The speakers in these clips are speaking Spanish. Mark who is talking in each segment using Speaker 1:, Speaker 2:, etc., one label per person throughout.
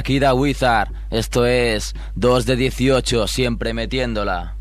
Speaker 1: aquí da Wizard. Esto es 2 de 18, siempre metiéndola.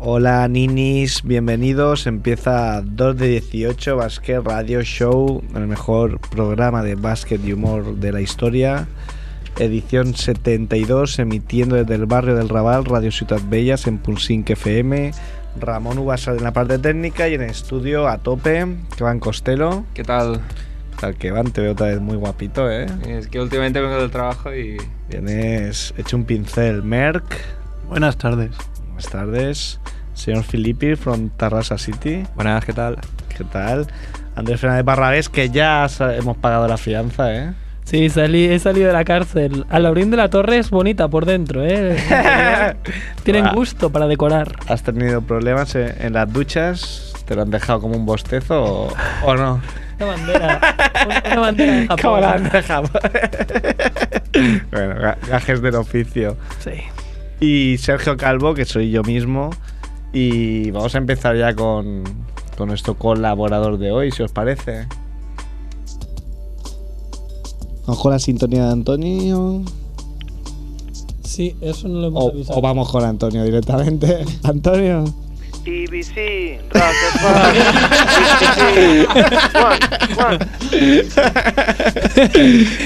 Speaker 2: Hola ninis, bienvenidos. Empieza 2 de 18 Basket Radio Show, el mejor programa de básquet y humor de la historia. Edición 72, emitiendo desde el barrio del Raval, Radio Ciudad Bellas, en Pulsink FM. Ramón Ubasal en la parte técnica y en el estudio a tope, Kevin Costello.
Speaker 3: ¿Qué tal?
Speaker 2: Tal que van, te veo otra vez muy guapito, ¿eh?
Speaker 3: Es que últimamente vengo del trabajo y.
Speaker 2: Tienes hecho un pincel, Merck.
Speaker 4: Buenas tardes.
Speaker 2: Buenas tardes. Señor Filippi from Tarrasa City.
Speaker 5: Buenas, ¿qué tal?
Speaker 2: ¿Qué tal? Andrés Fernández Barrabés, que ya sa- hemos pagado la fianza, ¿eh?
Speaker 6: Sí, salí, he salido de la cárcel. A Laurín de la Torre es bonita por dentro, ¿eh? Tienen
Speaker 2: Ah.
Speaker 6: gusto para decorar.
Speaker 2: ¿Has tenido problemas en, en las duchas? ¿Te lo han dejado como un bostezo o, o no?
Speaker 6: Una bandera. un- Una bandera de Japón.
Speaker 2: ¿Cómo la han dejado? bueno, ga- gajes del oficio.
Speaker 6: Sí.
Speaker 2: Y Sergio Calvo, que soy yo mismo. Y vamos a empezar ya con, con nuestro colaborador de hoy, si os parece. Vamos con la sintonía de Antonio.
Speaker 6: Sí, eso no lo hemos
Speaker 2: O, o vamos con Antonio directamente. Antonio.
Speaker 7: TBC, Rock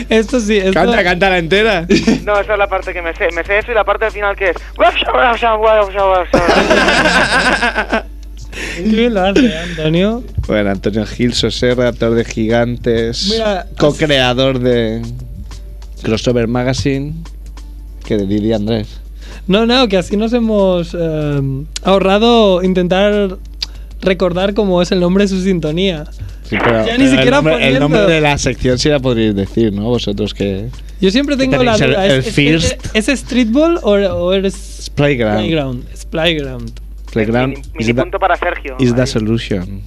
Speaker 6: Esto sí, esto...
Speaker 2: Canta, canta la entera.
Speaker 7: No, esa es la parte que me sé. Me sé eso y la parte del final que es. Pero
Speaker 6: Qué bien lo hace, ¿eh, Antonio.
Speaker 2: Bueno, Antonio Gil Soserra, actor de Gigantes,
Speaker 6: Mira,
Speaker 2: co-creador de Crossover Magazine, que diría Andrés.
Speaker 6: No, no, que así nos hemos eh, ahorrado intentar recordar cómo es el nombre de su sintonía.
Speaker 2: Sí, pero,
Speaker 6: Ya ni
Speaker 2: pero
Speaker 6: siquiera
Speaker 2: el nombre, el
Speaker 6: poniendo.
Speaker 2: nombre de la sección sí la podríais decir, ¿no? Vosotros que
Speaker 6: Yo siempre
Speaker 2: ¿Qué
Speaker 6: tengo la
Speaker 2: tenéis, el-
Speaker 6: duda.
Speaker 2: el
Speaker 6: ¿es, es-
Speaker 2: First?
Speaker 6: ¿Es, es streetball o, o eres
Speaker 2: es Playground.
Speaker 6: playground? Es playground.
Speaker 2: Playground is,
Speaker 7: Mini
Speaker 2: the-
Speaker 7: punto para Sergio.
Speaker 2: is the
Speaker 7: Ahí.
Speaker 2: solution.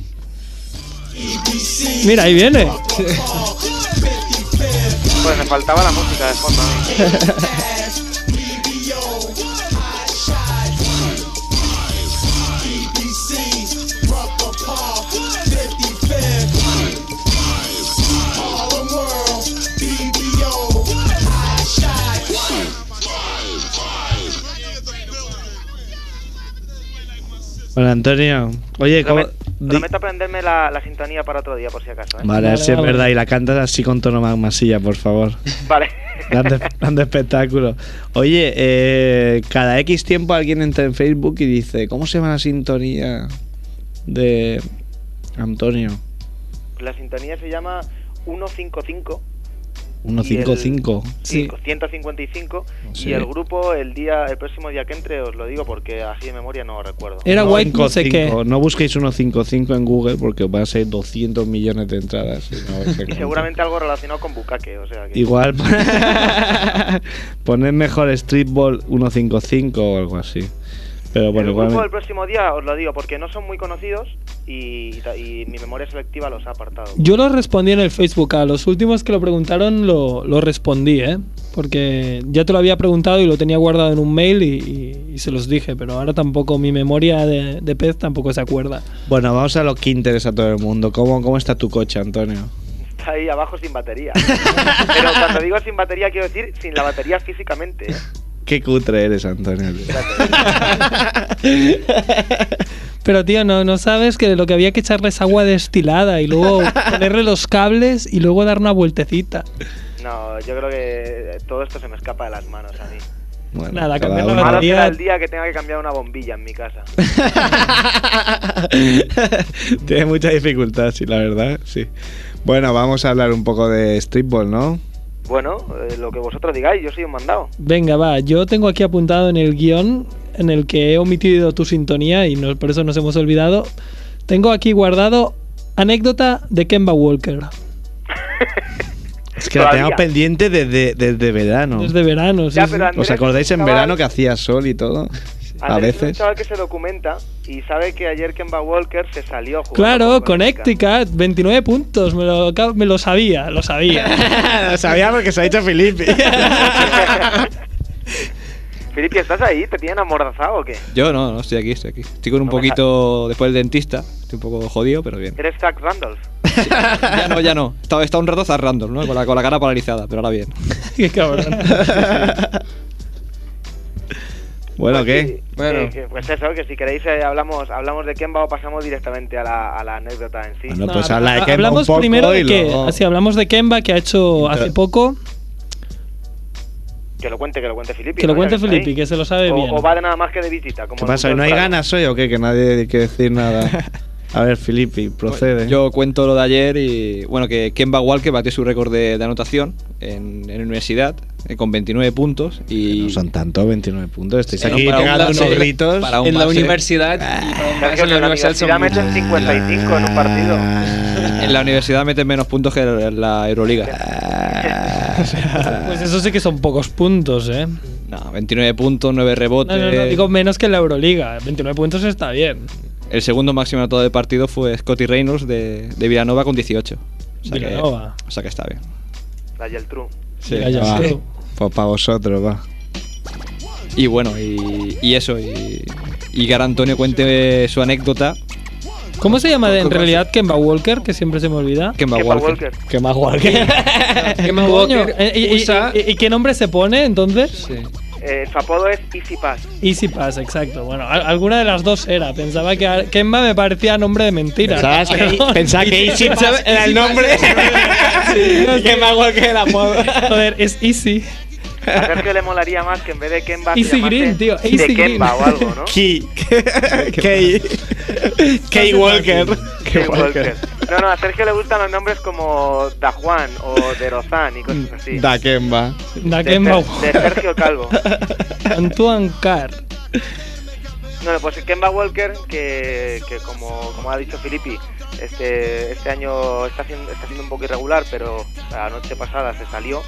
Speaker 6: Mira, ahí viene.
Speaker 7: Pues me faltaba la música de fondo. a mí.
Speaker 2: Bueno, Antonio, oye, ¿cómo-
Speaker 7: Promet-
Speaker 2: di-
Speaker 7: Prometo aprenderme la, la sintonía para otro día, por si acaso. ¿eh?
Speaker 2: Vale, a ver
Speaker 6: Vale,
Speaker 2: si es
Speaker 6: vale.
Speaker 2: verdad y la cantas así con tono más masilla, por favor.
Speaker 7: Vale.
Speaker 2: Grande, grande espectáculo. Oye, eh, cada X tiempo alguien entra en Facebook y dice, ¿cómo se llama la sintonía de Antonio?
Speaker 7: La sintonía se llama 155. Y el-
Speaker 2: 155.
Speaker 6: Sí.
Speaker 7: 155
Speaker 2: Sí.
Speaker 7: y el grupo el día el próximo día que entre os lo digo porque así de memoria no recuerdo.
Speaker 6: Era
Speaker 2: No,
Speaker 6: white no sé
Speaker 2: 55.
Speaker 6: qué.
Speaker 2: No busquéis 155 en Google porque os van a salir 200 millones de entradas. y no os
Speaker 7: Y
Speaker 2: encuentro.
Speaker 7: seguramente algo relacionado con bucaque, o sea que
Speaker 2: Igual poned mejor Streetball 155 o algo así. Pero bueno,
Speaker 7: el grupo del
Speaker 2: igualmente.
Speaker 7: próximo día os lo digo porque no son muy conocidos y, y mi memoria selectiva los ha apartado.
Speaker 6: Yo lo respondí en el Facebook. A los últimos que lo preguntaron lo, lo respondí, ¿eh? Porque ya te lo había preguntado y lo tenía guardado en un mail y, y- y se los dije. Pero ahora tampoco, mi memoria de, de pez tampoco se acuerda.
Speaker 2: Bueno, vamos a lo que interesa a todo el mundo. ¿Cómo, cómo está tu coche, Antonio?
Speaker 7: Está ahí abajo sin batería. Pero cuando digo sin batería quiero decir sin la batería físicamente. ¿eh?
Speaker 2: Qué cutre eres, Antonio. tío.
Speaker 6: Pero tío, no, no sabes que lo que había que echarles agua destilada y luego ponerle los cables y luego dar una vueltecita.
Speaker 7: No, yo creo que todo esto se me escapa de las manos a mí.
Speaker 2: Bueno,
Speaker 6: Nada,
Speaker 2: cada
Speaker 6: cambiar la
Speaker 2: uno.
Speaker 7: Malo
Speaker 6: batería.
Speaker 7: será el día que tenga que cambiar una bombilla en mi casa.
Speaker 2: Tiene mucha dificultad, sí, la verdad, sí. Bueno, vamos a hablar un poco de streetball, ¿no?
Speaker 7: Bueno, eh, lo que vosotros digáis, yo soy un mandado.
Speaker 6: Venga, va, yo tengo aquí apuntado en el guión en el que he omitido tu sintonía y no- por eso nos hemos olvidado. Tengo aquí guardado anécdota de Kemba Walker.
Speaker 2: Es que la
Speaker 7: Todavía.
Speaker 2: teníamos pendiente desde, desde verano.
Speaker 6: Desde verano, sí,
Speaker 7: Ya,
Speaker 6: sí.
Speaker 7: pero Andrés
Speaker 2: ¿Os acordáis
Speaker 7: es
Speaker 2: en
Speaker 7: un chaval-
Speaker 2: verano que hacía sol y todo? A
Speaker 7: Andrés es un
Speaker 2: veces.
Speaker 7: chaval que se documenta y sabe que ayer Kemba Walker se salió jugando
Speaker 6: Claro,
Speaker 7: con Connecticut.
Speaker 6: Connecticut, 29 puntos, me lo, acab- me lo sabía, lo sabía.
Speaker 2: Lo sabía porque se ha dicho Filipe.
Speaker 7: Filipe, ¿estás ahí? ¿Te tienen amordazado o qué?
Speaker 3: Yo no, no, estoy aquí, estoy aquí. Estoy con un
Speaker 7: No me
Speaker 3: poquito después del dentista. Estoy un poco jodido, pero bien.
Speaker 7: Eres Zach Randolph.
Speaker 3: Ya no, ya no. He estado, he estado un rato zarrando, ¿no? Con la, con la cara paralizada, pero ahora bien.
Speaker 6: Qué cabrón.
Speaker 2: bueno,
Speaker 7: Pues Sí,
Speaker 2: ¿qué?
Speaker 3: Bueno.
Speaker 7: que- que- pues eso, que si queréis eh, hablamos hablamos de Kemba o pasamos directamente a la, a la anécdota en sí.
Speaker 2: Bueno,
Speaker 6: No,
Speaker 2: pues
Speaker 6: habla-
Speaker 2: habla de Kemba
Speaker 6: hablamos
Speaker 2: un poco
Speaker 6: primero de
Speaker 2: y
Speaker 6: que
Speaker 2: luego-
Speaker 6: así hablamos de Kemba que ha hecho hace
Speaker 2: Entonces-
Speaker 6: poco
Speaker 7: Que lo cuente, que lo cuente Filipe.
Speaker 6: que lo
Speaker 7: ¿no?
Speaker 6: cuente
Speaker 7: Ya está
Speaker 6: Filipe
Speaker 7: ahí.
Speaker 6: que se lo sabe
Speaker 7: o,
Speaker 6: bien
Speaker 7: o va de nada más que de visita. Como
Speaker 2: ¿Qué pasa? ¿Hoy
Speaker 7: el
Speaker 2: no hay
Speaker 7: Prado.
Speaker 2: ganas hoy o qué? Que nadie quiere decir nada. A ver, Filipe, procede.
Speaker 3: Yo cuento lo de ayer y. Bueno, que Kemba Walker batió su récord de, de anotación en, en la universidad eh, con 29 puntos. Y
Speaker 2: No son tanto, 29 puntos. Estáis
Speaker 4: Sí,
Speaker 2: aquí
Speaker 4: para un
Speaker 2: pegando
Speaker 4: base-
Speaker 2: unos gritos.
Speaker 3: para un
Speaker 4: En la
Speaker 3: base.
Speaker 4: universidad. y
Speaker 2: Ah.
Speaker 6: Ah,
Speaker 4: para un base
Speaker 7: Sergio,
Speaker 4: en la
Speaker 7: que la
Speaker 4: universidad
Speaker 7: universidad
Speaker 4: son muchos.
Speaker 7: mete 55 en un partido.
Speaker 2: Ah.
Speaker 3: En la universidad meten menos puntos que en la Euroliga.
Speaker 6: pues eso sí que son pocos puntos eh
Speaker 3: No, 29 puntos, 9
Speaker 6: no,
Speaker 3: rebotes.
Speaker 6: no, no, digo menos que en la Euroliga 29 puntos está bien
Speaker 3: El segundo máximo anotador del partido fue Scotty Reynolds de, de Villanova con 18. O sea, que,
Speaker 6: Villanova.
Speaker 3: o sea que está bien.
Speaker 7: La Yeltru.
Speaker 3: Sí.
Speaker 6: Mira, ya
Speaker 2: va.
Speaker 6: sé.
Speaker 2: Pues para vosotros, va.
Speaker 3: Y bueno, y, y eso. Y, y que ahora Antonio cuente su anécdota.
Speaker 6: ¿Cómo se llama en realidad Kemba Walker? Que siempre se me olvida.
Speaker 3: Kemba
Speaker 7: Kemba
Speaker 3: Walker.
Speaker 7: Walker.
Speaker 6: Kemba Walker.
Speaker 4: Kemba Walker
Speaker 6: ¿Y, eh, y-
Speaker 4: usa-
Speaker 6: y- y qué nombre se pone entonces?
Speaker 4: Sí.
Speaker 7: Eh, su apodo es Easy Pass.
Speaker 6: Easy Pass, exacto. Bueno, al- alguna de las dos era. Pensaba que a- Kemba me parecía nombre de mentira.
Speaker 2: Pensabas que,
Speaker 6: Perdón.
Speaker 2: pensaba que Easy Pass era el nombre.
Speaker 6: Sí,
Speaker 2: que me hago que la puedo.
Speaker 6: Joder, es Easy.
Speaker 7: A Sergio le molaría más que en vez de Kemba. se
Speaker 6: Easy
Speaker 7: llamase
Speaker 6: Green, tío,
Speaker 7: De
Speaker 6: Easy
Speaker 7: Kemba
Speaker 6: Green.
Speaker 7: o algo, ¿no?
Speaker 2: Key. Key. Key Walker.
Speaker 7: Key Walker. No, no, a Sergio le gustan los nombres como Da Juan o De Rozan y cosas así.
Speaker 2: Da Kemba.
Speaker 6: Da
Speaker 7: de,
Speaker 6: Kemba
Speaker 7: Ser- de Sergio Calvo.
Speaker 6: Antoine Carr.
Speaker 7: No, pues Kemba Walker, que, que como, como ha dicho Filippi, este, este año está siendo, está siendo un poco irregular, pero la noche pasada se salió.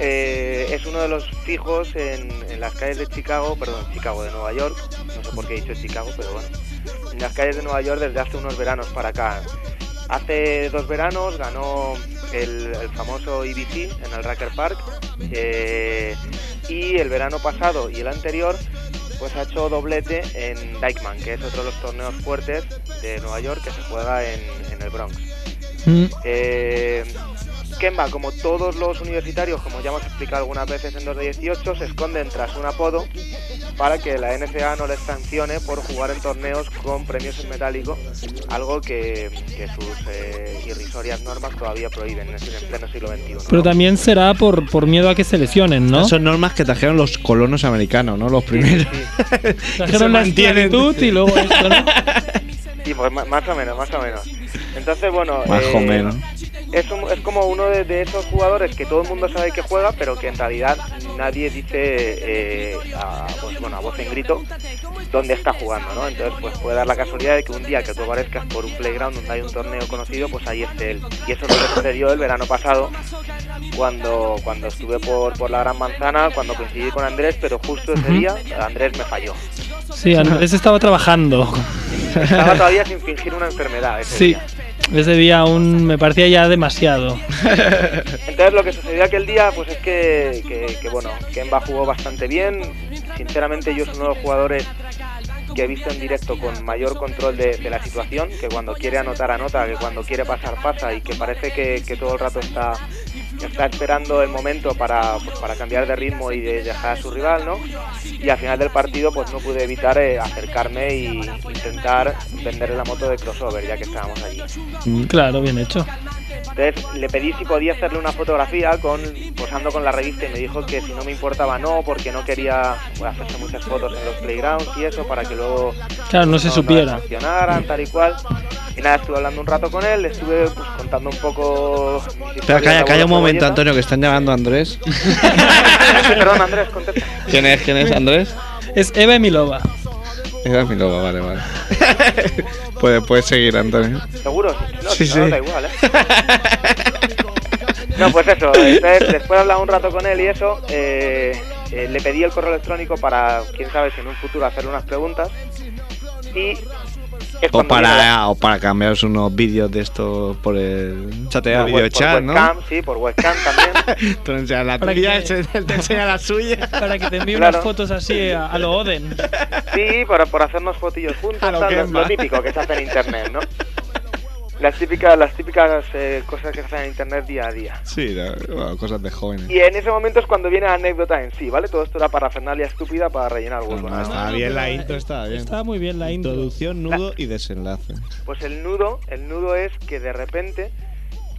Speaker 7: Eh, es uno de los fijos en, en las calles de Chicago, perdón, Chicago de Nueva York, no sé por qué he dicho Chicago, pero bueno, en las calles de Nueva York desde hace unos veranos para acá. Hace dos veranos ganó el, el famoso EBC en el Racker Park eh, y el verano pasado y el anterior pues ha hecho doblete en Dykeman, que es otro de los torneos fuertes de Nueva York que se juega en, en el Bronx.
Speaker 6: Mm.
Speaker 7: Eh, Kemba, como todos los universitarios, como ya hemos explicado algunas veces en 2 de 18, se esconden tras un apodo para que la NCAA no les sancione por jugar en torneos con premios en metálico, algo que, que sus eh, irrisorias normas todavía prohíben, es decir, en pleno siglo XXI. ¿no?
Speaker 6: Pero también será por, por miedo a que se lesionen, ¿no?
Speaker 2: Son normas que trajeron los colonos americanos, ¿no? Los
Speaker 7: Sí, sí,
Speaker 2: primeros.
Speaker 7: sí.
Speaker 2: que se
Speaker 6: Trajeron la
Speaker 2: mantienen.
Speaker 6: esclavitud y luego esto, ¿no?
Speaker 7: Sí, pues ma- más o menos, más o menos. Entonces, bueno,
Speaker 2: Más o
Speaker 7: eh,
Speaker 2: menos.
Speaker 7: Es, un- es como uno de, de esos jugadores que todo el mundo sabe que juega, pero que en realidad nadie dice eh, a, pues, bueno, a voz en grito dónde está jugando, ¿no? Entonces, pues puede dar la casualidad de que un día que tú aparezcas por un playground donde hay un torneo conocido, pues ahí esté él. Y eso es lo que sucedió el verano pasado cuando, cuando estuve por, por la Gran Manzana, cuando coincidí con Andrés, pero justo ese día Andrés me falló.
Speaker 6: Sí, Andrés estaba trabajando.
Speaker 7: Estaba todavía sin fingir una enfermedad ese
Speaker 6: Sí.
Speaker 7: día.
Speaker 6: Ese día aún me parecía ya demasiado.
Speaker 7: Entonces lo que sucedió aquel día pues es que, que- que, bueno, Kemba jugó bastante bien. Sinceramente yo soy uno de los jugadores que he visto en directo con mayor control de, de la situación, que cuando quiere anotar anota, que cuando quiere pasar pasa y que parece que, que todo el rato está, está esperando el momento para, pues, para cambiar de ritmo y de dejar a su rival, ¿no? Y al final del partido pues no pude evitar eh, acercarme y intentar venderle la moto de crossover ya que estábamos allí.
Speaker 6: Claro, bien hecho.
Speaker 7: Entonces le pedí si podía hacerle una fotografía con, posando con la revista y me dijo que si no me importaba no, porque no quería bueno, hacerse muchas fotos en los playgrounds y eso para que luego
Speaker 6: Claro, no se
Speaker 7: no
Speaker 6: supiera.
Speaker 7: la sancionaran, tal y cual. Y nada, estuve hablando un rato con él, le estuve pues, contando un poco. mis
Speaker 2: Espera,
Speaker 7: historias de
Speaker 2: calla, calla un
Speaker 7: abuelo
Speaker 2: momento,
Speaker 7: cebolleta.
Speaker 2: Antonio, que están llamando a Andrés.
Speaker 7: Perdón, Andrés, contesta.
Speaker 5: ¿Quién es, quién es Andrés?
Speaker 6: Es Eva Emilova.
Speaker 5: Era mi loba, vale, vale. puedes, puedes seguir, Antonio.
Speaker 7: ¿Seguro? Si No,
Speaker 5: Sí,
Speaker 7: si no,
Speaker 5: sí.
Speaker 7: da igual, ¿eh? No, pues eso, entonces, después de hablar un rato con él y eso, eh, eh, le pedí el correo electrónico para, quién sabe, si en un futuro hacerle unas preguntas. Y. es
Speaker 2: O
Speaker 7: cuando viene la-
Speaker 2: para, o para cambiaros unos vídeos de esto por el
Speaker 5: Chatear.
Speaker 2: por
Speaker 7: por
Speaker 2: videochat, ¿no?
Speaker 7: webcam, sí, por webcam también.
Speaker 2: Tú le enseñas la
Speaker 6: Para
Speaker 2: tuya,
Speaker 6: que-
Speaker 2: él te enseña la suya.
Speaker 6: Para que te envíe
Speaker 7: Claro.
Speaker 6: unas fotos así a, a lo Oden.
Speaker 7: Sí, por, por hacernos fotillos juntos,
Speaker 2: A lo
Speaker 7: tal, lo,
Speaker 2: Kemba.
Speaker 7: lo típico que se hace en internet, ¿no? Las típicas, las típicas eh, cosas que se hacen en internet día a día.
Speaker 5: Sí, la- bueno, cosas de jóvenes.
Speaker 7: Y en ese momento es cuando viene la anécdota en sí, ¿vale? Todo esto era parafernalia estúpida para rellenar
Speaker 5: No,
Speaker 7: huecos.
Speaker 5: no,
Speaker 7: nada más.
Speaker 5: estaba bien la intro, estaba bien.
Speaker 6: Está muy bien la intro.
Speaker 5: Introducción, nudo y desenlace.
Speaker 7: Pues el nudo, el nudo es que de repente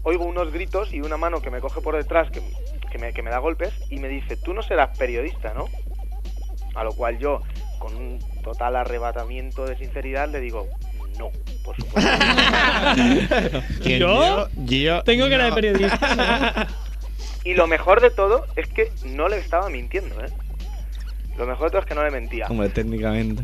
Speaker 7: oigo unos gritos y una mano que me coge por detrás, que, que me, que me da golpes, y me dice, tú no serás periodista, ¿no? A lo cual yo, con un total arrebatamiento de sinceridad, le digo, no, por supuesto.
Speaker 6: ¿Yo?
Speaker 5: Yo.
Speaker 6: Tengo cara de periodista.
Speaker 7: y lo mejor de todo es que no le estaba mintiendo, ¿eh? Lo mejor de todo es que no le mentía.
Speaker 2: Hombre, técnicamente.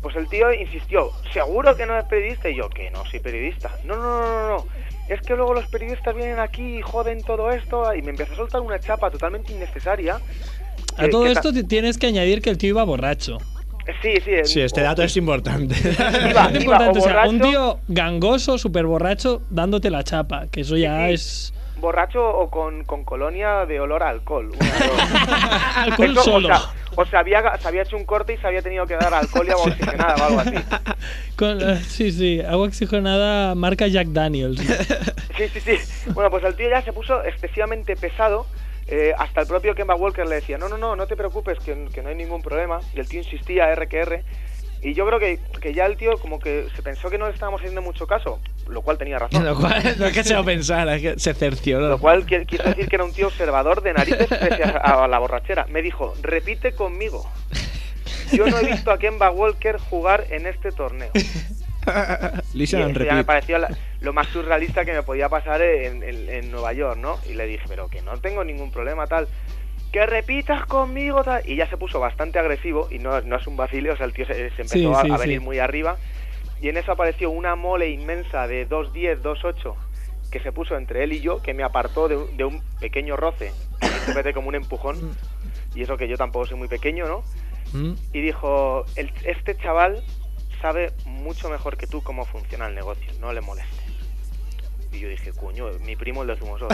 Speaker 7: Pues el tío insistió, seguro que no es periodista. Y yo, que no soy periodista. No, no, no, no, no. Es que luego los periodistas vienen aquí y joden todo esto. Y me empezó a soltar una chapa totalmente innecesaria.
Speaker 6: A
Speaker 7: Eh,
Speaker 6: todo
Speaker 7: ¿qué
Speaker 6: esto te tienes que añadir que el tío iba borracho.
Speaker 7: tal? Sí, sí. el-
Speaker 5: Sí, este dato es importante.
Speaker 7: Iba,
Speaker 6: Es
Speaker 7: iba o
Speaker 6: importante, o sea, un
Speaker 7: borracho,
Speaker 6: tío gangoso, súper borracho, dándote la chapa, que eso ya es
Speaker 7: borracho o con, con colonia de olor a alcohol. una de dos.
Speaker 6: alcohol
Speaker 7: Eso,
Speaker 6: solo.
Speaker 7: O, sea, o se, había, se había hecho un corte y se había tenido que dar alcohol y agua oxigenada o algo así.
Speaker 6: Con- eh, sí, sí, agua oxigenada marca Jack Daniels.
Speaker 7: Sí, sí, sí. Bueno, pues el tío ya se puso excesivamente pesado. eh, hasta el propio Kemba Walker le decía, no, no, no, no te preocupes, que, que no hay ningún problema. Y el tío insistía, R que R. Y yo creo que, que ya el tío como que se pensó que no le estábamos haciendo mucho caso, lo cual tenía razón.
Speaker 2: Lo cual no es que se lo pensara, es que se cercioró.
Speaker 7: Lo cual qui- quiso decir que era un tío observador de narices pese a, a la borrachera. Me dijo, repite conmigo. Yo no he visto a Kemba Walker jugar en este torneo.
Speaker 3: Lisa
Speaker 7: Y
Speaker 3: and
Speaker 7: eso ya me
Speaker 3: repeat.
Speaker 7: pareció la- lo más surrealista que me podía pasar en, en- en Nueva York, ¿no? Y le dije, pero que no tengo ningún problema tal. Que repitas conmigo tal. Y ya se puso bastante agresivo y no, no es un vacile, o sea, el tío se, se empezó
Speaker 6: Sí,
Speaker 7: a,
Speaker 6: sí,
Speaker 7: a
Speaker 6: sí.
Speaker 7: venir muy arriba. Y en eso apareció una mole inmensa de 2'10, 2'8 que se puso entre él y yo, que me apartó de, un- de un pequeño roce, que me interpreté como un empujón, y eso que yo tampoco soy muy pequeño, ¿no?
Speaker 6: Mm.
Speaker 7: y dijo, "El- este chaval sabe mucho mejor que tú cómo funciona el negocio, no le molestes. Y yo dije, coño, mi primo lo decimos hoy.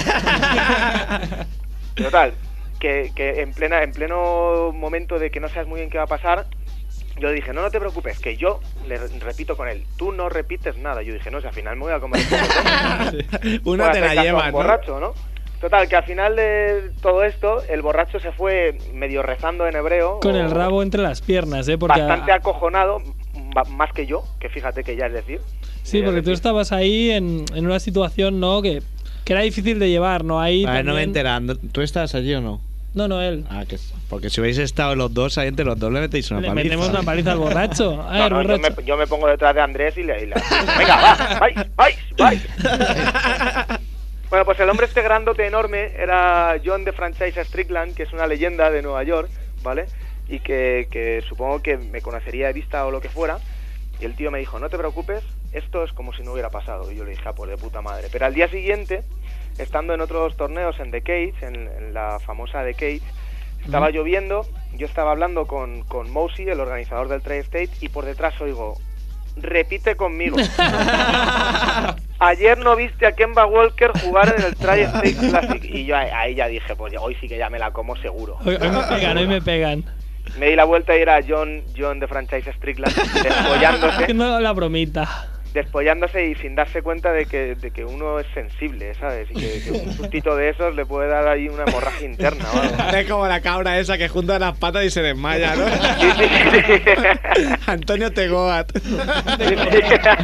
Speaker 7: Total, que, que en, plena, en pleno momento de que no sabes muy bien qué va a pasar, yo le dije, no, no te preocupes, que yo le re- repito con él, tú no repites nada. Yo dije, no, si al final me voy a comer un poco".
Speaker 5: Una
Speaker 7: Bueno,
Speaker 5: te
Speaker 7: hacer
Speaker 5: la
Speaker 7: caso a un
Speaker 5: llevas, ¿no?
Speaker 7: borracho, ¿no? Total, que al final de todo esto, el borracho se fue medio rezando en hebreo.
Speaker 6: Con
Speaker 7: o-
Speaker 6: el rabo entre las piernas, ¿eh? Porque,
Speaker 7: bastante acojonado, m- ba- más que yo, que fíjate que ya es decir.
Speaker 6: sí,
Speaker 7: ya
Speaker 6: porque
Speaker 7: es
Speaker 6: tú
Speaker 7: decir.
Speaker 6: estabas ahí en, en una situación, ¿no? Que, que era difícil de llevar, ¿no? Ahí
Speaker 2: A ver, no me
Speaker 6: también-
Speaker 2: enterando. ¿Tú estás allí o no?
Speaker 6: No, no, él.
Speaker 2: Ah, que porque si hubiese estado los dos ahí entre los dos le metéis una
Speaker 6: Le
Speaker 2: paliza.
Speaker 6: metemos una paliza al borracho. A ver,
Speaker 7: No, no, yo,
Speaker 6: ah, borracho.
Speaker 7: me, yo me pongo detrás de Andrés y le. y le- Venga, va, vais, vais, vais. Bueno, pues el hombre este grandote enorme era John de Franchise Strickland, que es una leyenda de Nueva York, ¿vale? Y que, que supongo que me conocería de vista o lo que fuera. Y el tío me dijo, no te preocupes, esto es como si no hubiera pasado. Y yo le dije, ah, pues de puta madre. Pero al día siguiente, estando en otros torneos en The Cage, en, en la famosa The Cage, estaba lloviendo, yo estaba hablando con, con Mousy, el organizador del Trade State, y por detrás oigo, repite conmigo. Ayer no viste a Kemba Walker jugar en el Tri State Classic. Y yo ahí- ahí ya dije, pues ya- hoy sí que ya me la como seguro.
Speaker 6: Hoy, hoy me pegan, hoy me pegan.
Speaker 7: Me di la vuelta y era John, John de Franchise Strickland despollándose,
Speaker 6: Haciendo la bromita.
Speaker 7: despollándose y sin darse cuenta de que, de que uno es sensible, ¿sabes? Y que, que un sustito de esos le puede dar ahí una hemorragia interna o algo.
Speaker 5: Es como la cabra esa que junta las patas y se desmaya, ¿no?
Speaker 7: Sí, sí, sí.
Speaker 5: Antonio Tegoat.
Speaker 7: Sí, sí.
Speaker 6: Está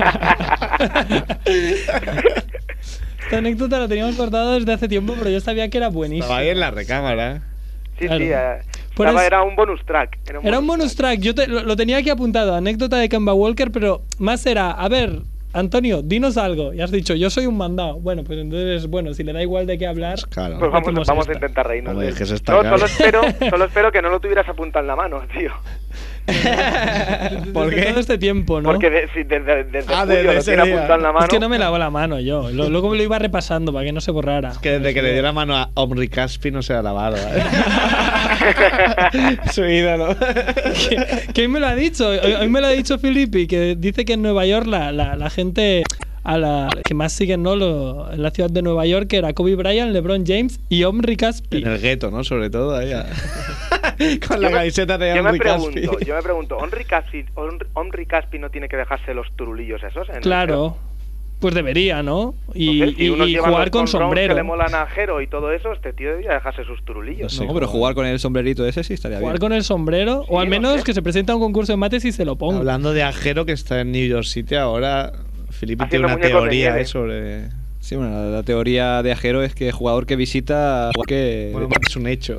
Speaker 6: Esta anécdota la teníamos guardada desde hace tiempo, pero yo sabía que era buenísima.
Speaker 2: Estaba ahí en la recámara.
Speaker 7: Sí,
Speaker 6: Claro.
Speaker 7: sí, eh,
Speaker 6: Por
Speaker 7: estaba-
Speaker 6: eso-
Speaker 7: era un bonus track. Era un
Speaker 6: Era un bonus track, yo te- lo, lo tenía aquí apuntado, anécdota de Kemba Walker, pero más era, a ver, Antonio, dinos algo. Y has dicho, yo soy un mandado. Bueno, pues entonces, bueno, si le da igual de qué hablar.
Speaker 2: Claro.
Speaker 7: Pues vamos,
Speaker 6: Hacemos
Speaker 7: vamos a
Speaker 6: esta.
Speaker 7: intentar reírnos.
Speaker 2: Como
Speaker 7: de
Speaker 2: dejes
Speaker 7: él.
Speaker 2: esta
Speaker 7: No,
Speaker 2: cara.
Speaker 7: solo espero, solo espero que no lo tuvieras apuntado en la mano, tío.
Speaker 6: ¿Por
Speaker 2: qué?
Speaker 6: Todo este tiempo, ¿no?
Speaker 7: Porque de- si desde, desde
Speaker 2: Ah,
Speaker 7: julio
Speaker 2: desde
Speaker 7: lo
Speaker 2: ese
Speaker 7: tiene
Speaker 2: día.
Speaker 7: apuntado en la mano.
Speaker 6: Es que no me lavo la mano yo. Lo- luego me lo iba repasando para que no se borrara.
Speaker 2: Que desde que le dio la mano a Omri Caspi no se ha lavado. ¿eh? Su ídolo.
Speaker 6: que, que hoy me lo ha dicho, hoy, hoy me lo ha dicho Filippi, que dice que en Nueva York la, la- la gente a la que más siguen ¿no? Lo- en la ciudad de Nueva York era Kobe Bryant, LeBron James y Omri Caspi.
Speaker 2: En el gueto, ¿no? Sobre todo. ahí, a- Con
Speaker 7: Yo
Speaker 2: la
Speaker 7: me-
Speaker 2: camiseta de
Speaker 7: yo me
Speaker 2: Omri Caspi.
Speaker 7: pregunto, yo me pregunto, ¿Omri Caspi, Om- Omri Caspi no tiene que dejarse los turulillos esos? en el pelo?
Speaker 6: Claro. Pues debería, ¿no? Y,
Speaker 7: Entonces, si
Speaker 6: y-
Speaker 7: unos
Speaker 6: y
Speaker 7: llevan
Speaker 6: jugar
Speaker 7: los
Speaker 6: con
Speaker 7: Tom Browns
Speaker 6: sombrero.
Speaker 7: Que le molan a Jero y todo eso, este tío debería dejarse sus turulillos.
Speaker 3: no, pero jugar con el sombrerito ese sí estaría
Speaker 6: Jugar
Speaker 3: bien.
Speaker 6: con el sombrero.
Speaker 7: Sí,
Speaker 6: o al
Speaker 7: no
Speaker 6: menos
Speaker 7: sé.
Speaker 6: que se presenta a un concurso de mates y se lo ponga.
Speaker 2: Hablando de ajero que está en New York City ahora, Felipe tiene
Speaker 7: Haciendo
Speaker 2: una
Speaker 7: muñecos de
Speaker 2: teoría
Speaker 7: nieve.
Speaker 2: eh, sobre.
Speaker 3: Sí, bueno, la, la teoría de Ajero es que jugador que visita. jugador que...
Speaker 2: Bueno, es un hecho.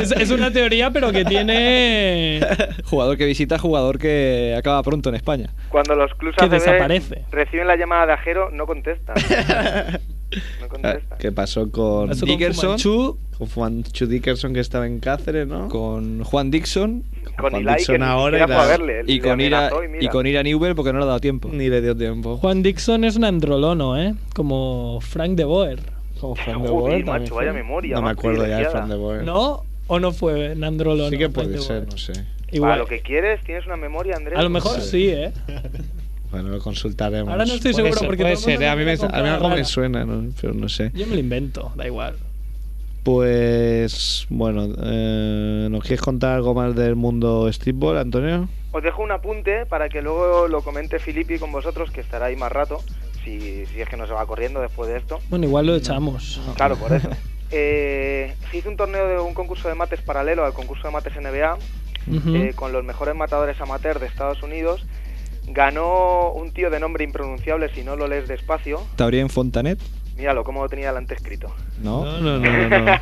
Speaker 6: es, es una teoría, pero que tiene.
Speaker 3: Jugador que visita, jugador que acaba pronto en España.
Speaker 7: Cuando los clubs
Speaker 6: Que
Speaker 7: ACB
Speaker 6: desaparece.
Speaker 7: reciben la llamada de Ajero, no contestan. no
Speaker 6: Ah,
Speaker 7: contestan.
Speaker 2: ¿Qué pasó con,
Speaker 6: Pasó con
Speaker 3: Dickerson.
Speaker 6: Fumanchu,
Speaker 2: con Juancho Dickerson que estaba en Cáceres, no?
Speaker 3: Con Juan Dixon
Speaker 2: Juan
Speaker 7: Con Eli, que
Speaker 2: Dixon
Speaker 7: ni
Speaker 2: ahora y
Speaker 7: siquiera fue a
Speaker 2: la-
Speaker 7: verle. el
Speaker 3: y con,
Speaker 7: día
Speaker 3: Ira,
Speaker 7: amenazó y mira.
Speaker 3: y con Ira Newell porque no le ha dado tiempo.
Speaker 2: Ni le dio tiempo.
Speaker 6: Juan Dixon es un androlono, ¿eh? Como Frank de Boer.
Speaker 2: Como Fran de Boer
Speaker 7: Joder,
Speaker 2: también
Speaker 7: macho,
Speaker 2: fue.
Speaker 7: vaya memoria.
Speaker 2: No me
Speaker 7: más
Speaker 2: acuerdo ya de
Speaker 7: privilegiada.
Speaker 2: Fran de Boer.
Speaker 6: ¿No? ¿O no fue un androlono?
Speaker 2: Sí que
Speaker 6: Frank
Speaker 2: puede
Speaker 6: de
Speaker 2: ser,
Speaker 6: Boer?
Speaker 2: no sé.
Speaker 7: Para
Speaker 6: Igual.
Speaker 7: Ah, lo que quieres, tienes una memoria, Andrés.
Speaker 6: A lo mejor sí, ¿eh?
Speaker 2: Bueno, lo consultaremos.
Speaker 6: Ahora no estoy
Speaker 2: Puede
Speaker 6: seguro
Speaker 2: ser,
Speaker 6: porque
Speaker 2: puede
Speaker 6: todo el mundo
Speaker 2: ser. ¿eh? A mí, me,
Speaker 6: tiene una
Speaker 2: a mí algo
Speaker 6: rara.
Speaker 2: me suena, ¿no? pero no sé.
Speaker 6: Yo me lo invento, da igual.
Speaker 2: Pues bueno, eh, ¿nos quieres contar algo más del mundo streetball, Antonio?
Speaker 7: Os dejo un apunte para que luego lo comente Filippi con vosotros, que estará ahí más rato, si, si es que no se va corriendo después de esto.
Speaker 6: Bueno, igual lo echamos.
Speaker 7: Claro, por eso. Eh, se hizo un torneo de un concurso de mates paralelo al concurso de mates NBA
Speaker 6: Ujú.
Speaker 7: eh, con los mejores matadores amateur de Estados Unidos. Ganó un tío de nombre impronunciable, si no lo lees despacio.
Speaker 3: en Fontanet?
Speaker 7: Míralo, cómo lo tenía delante escrito.
Speaker 3: No.
Speaker 2: no, no. no, no.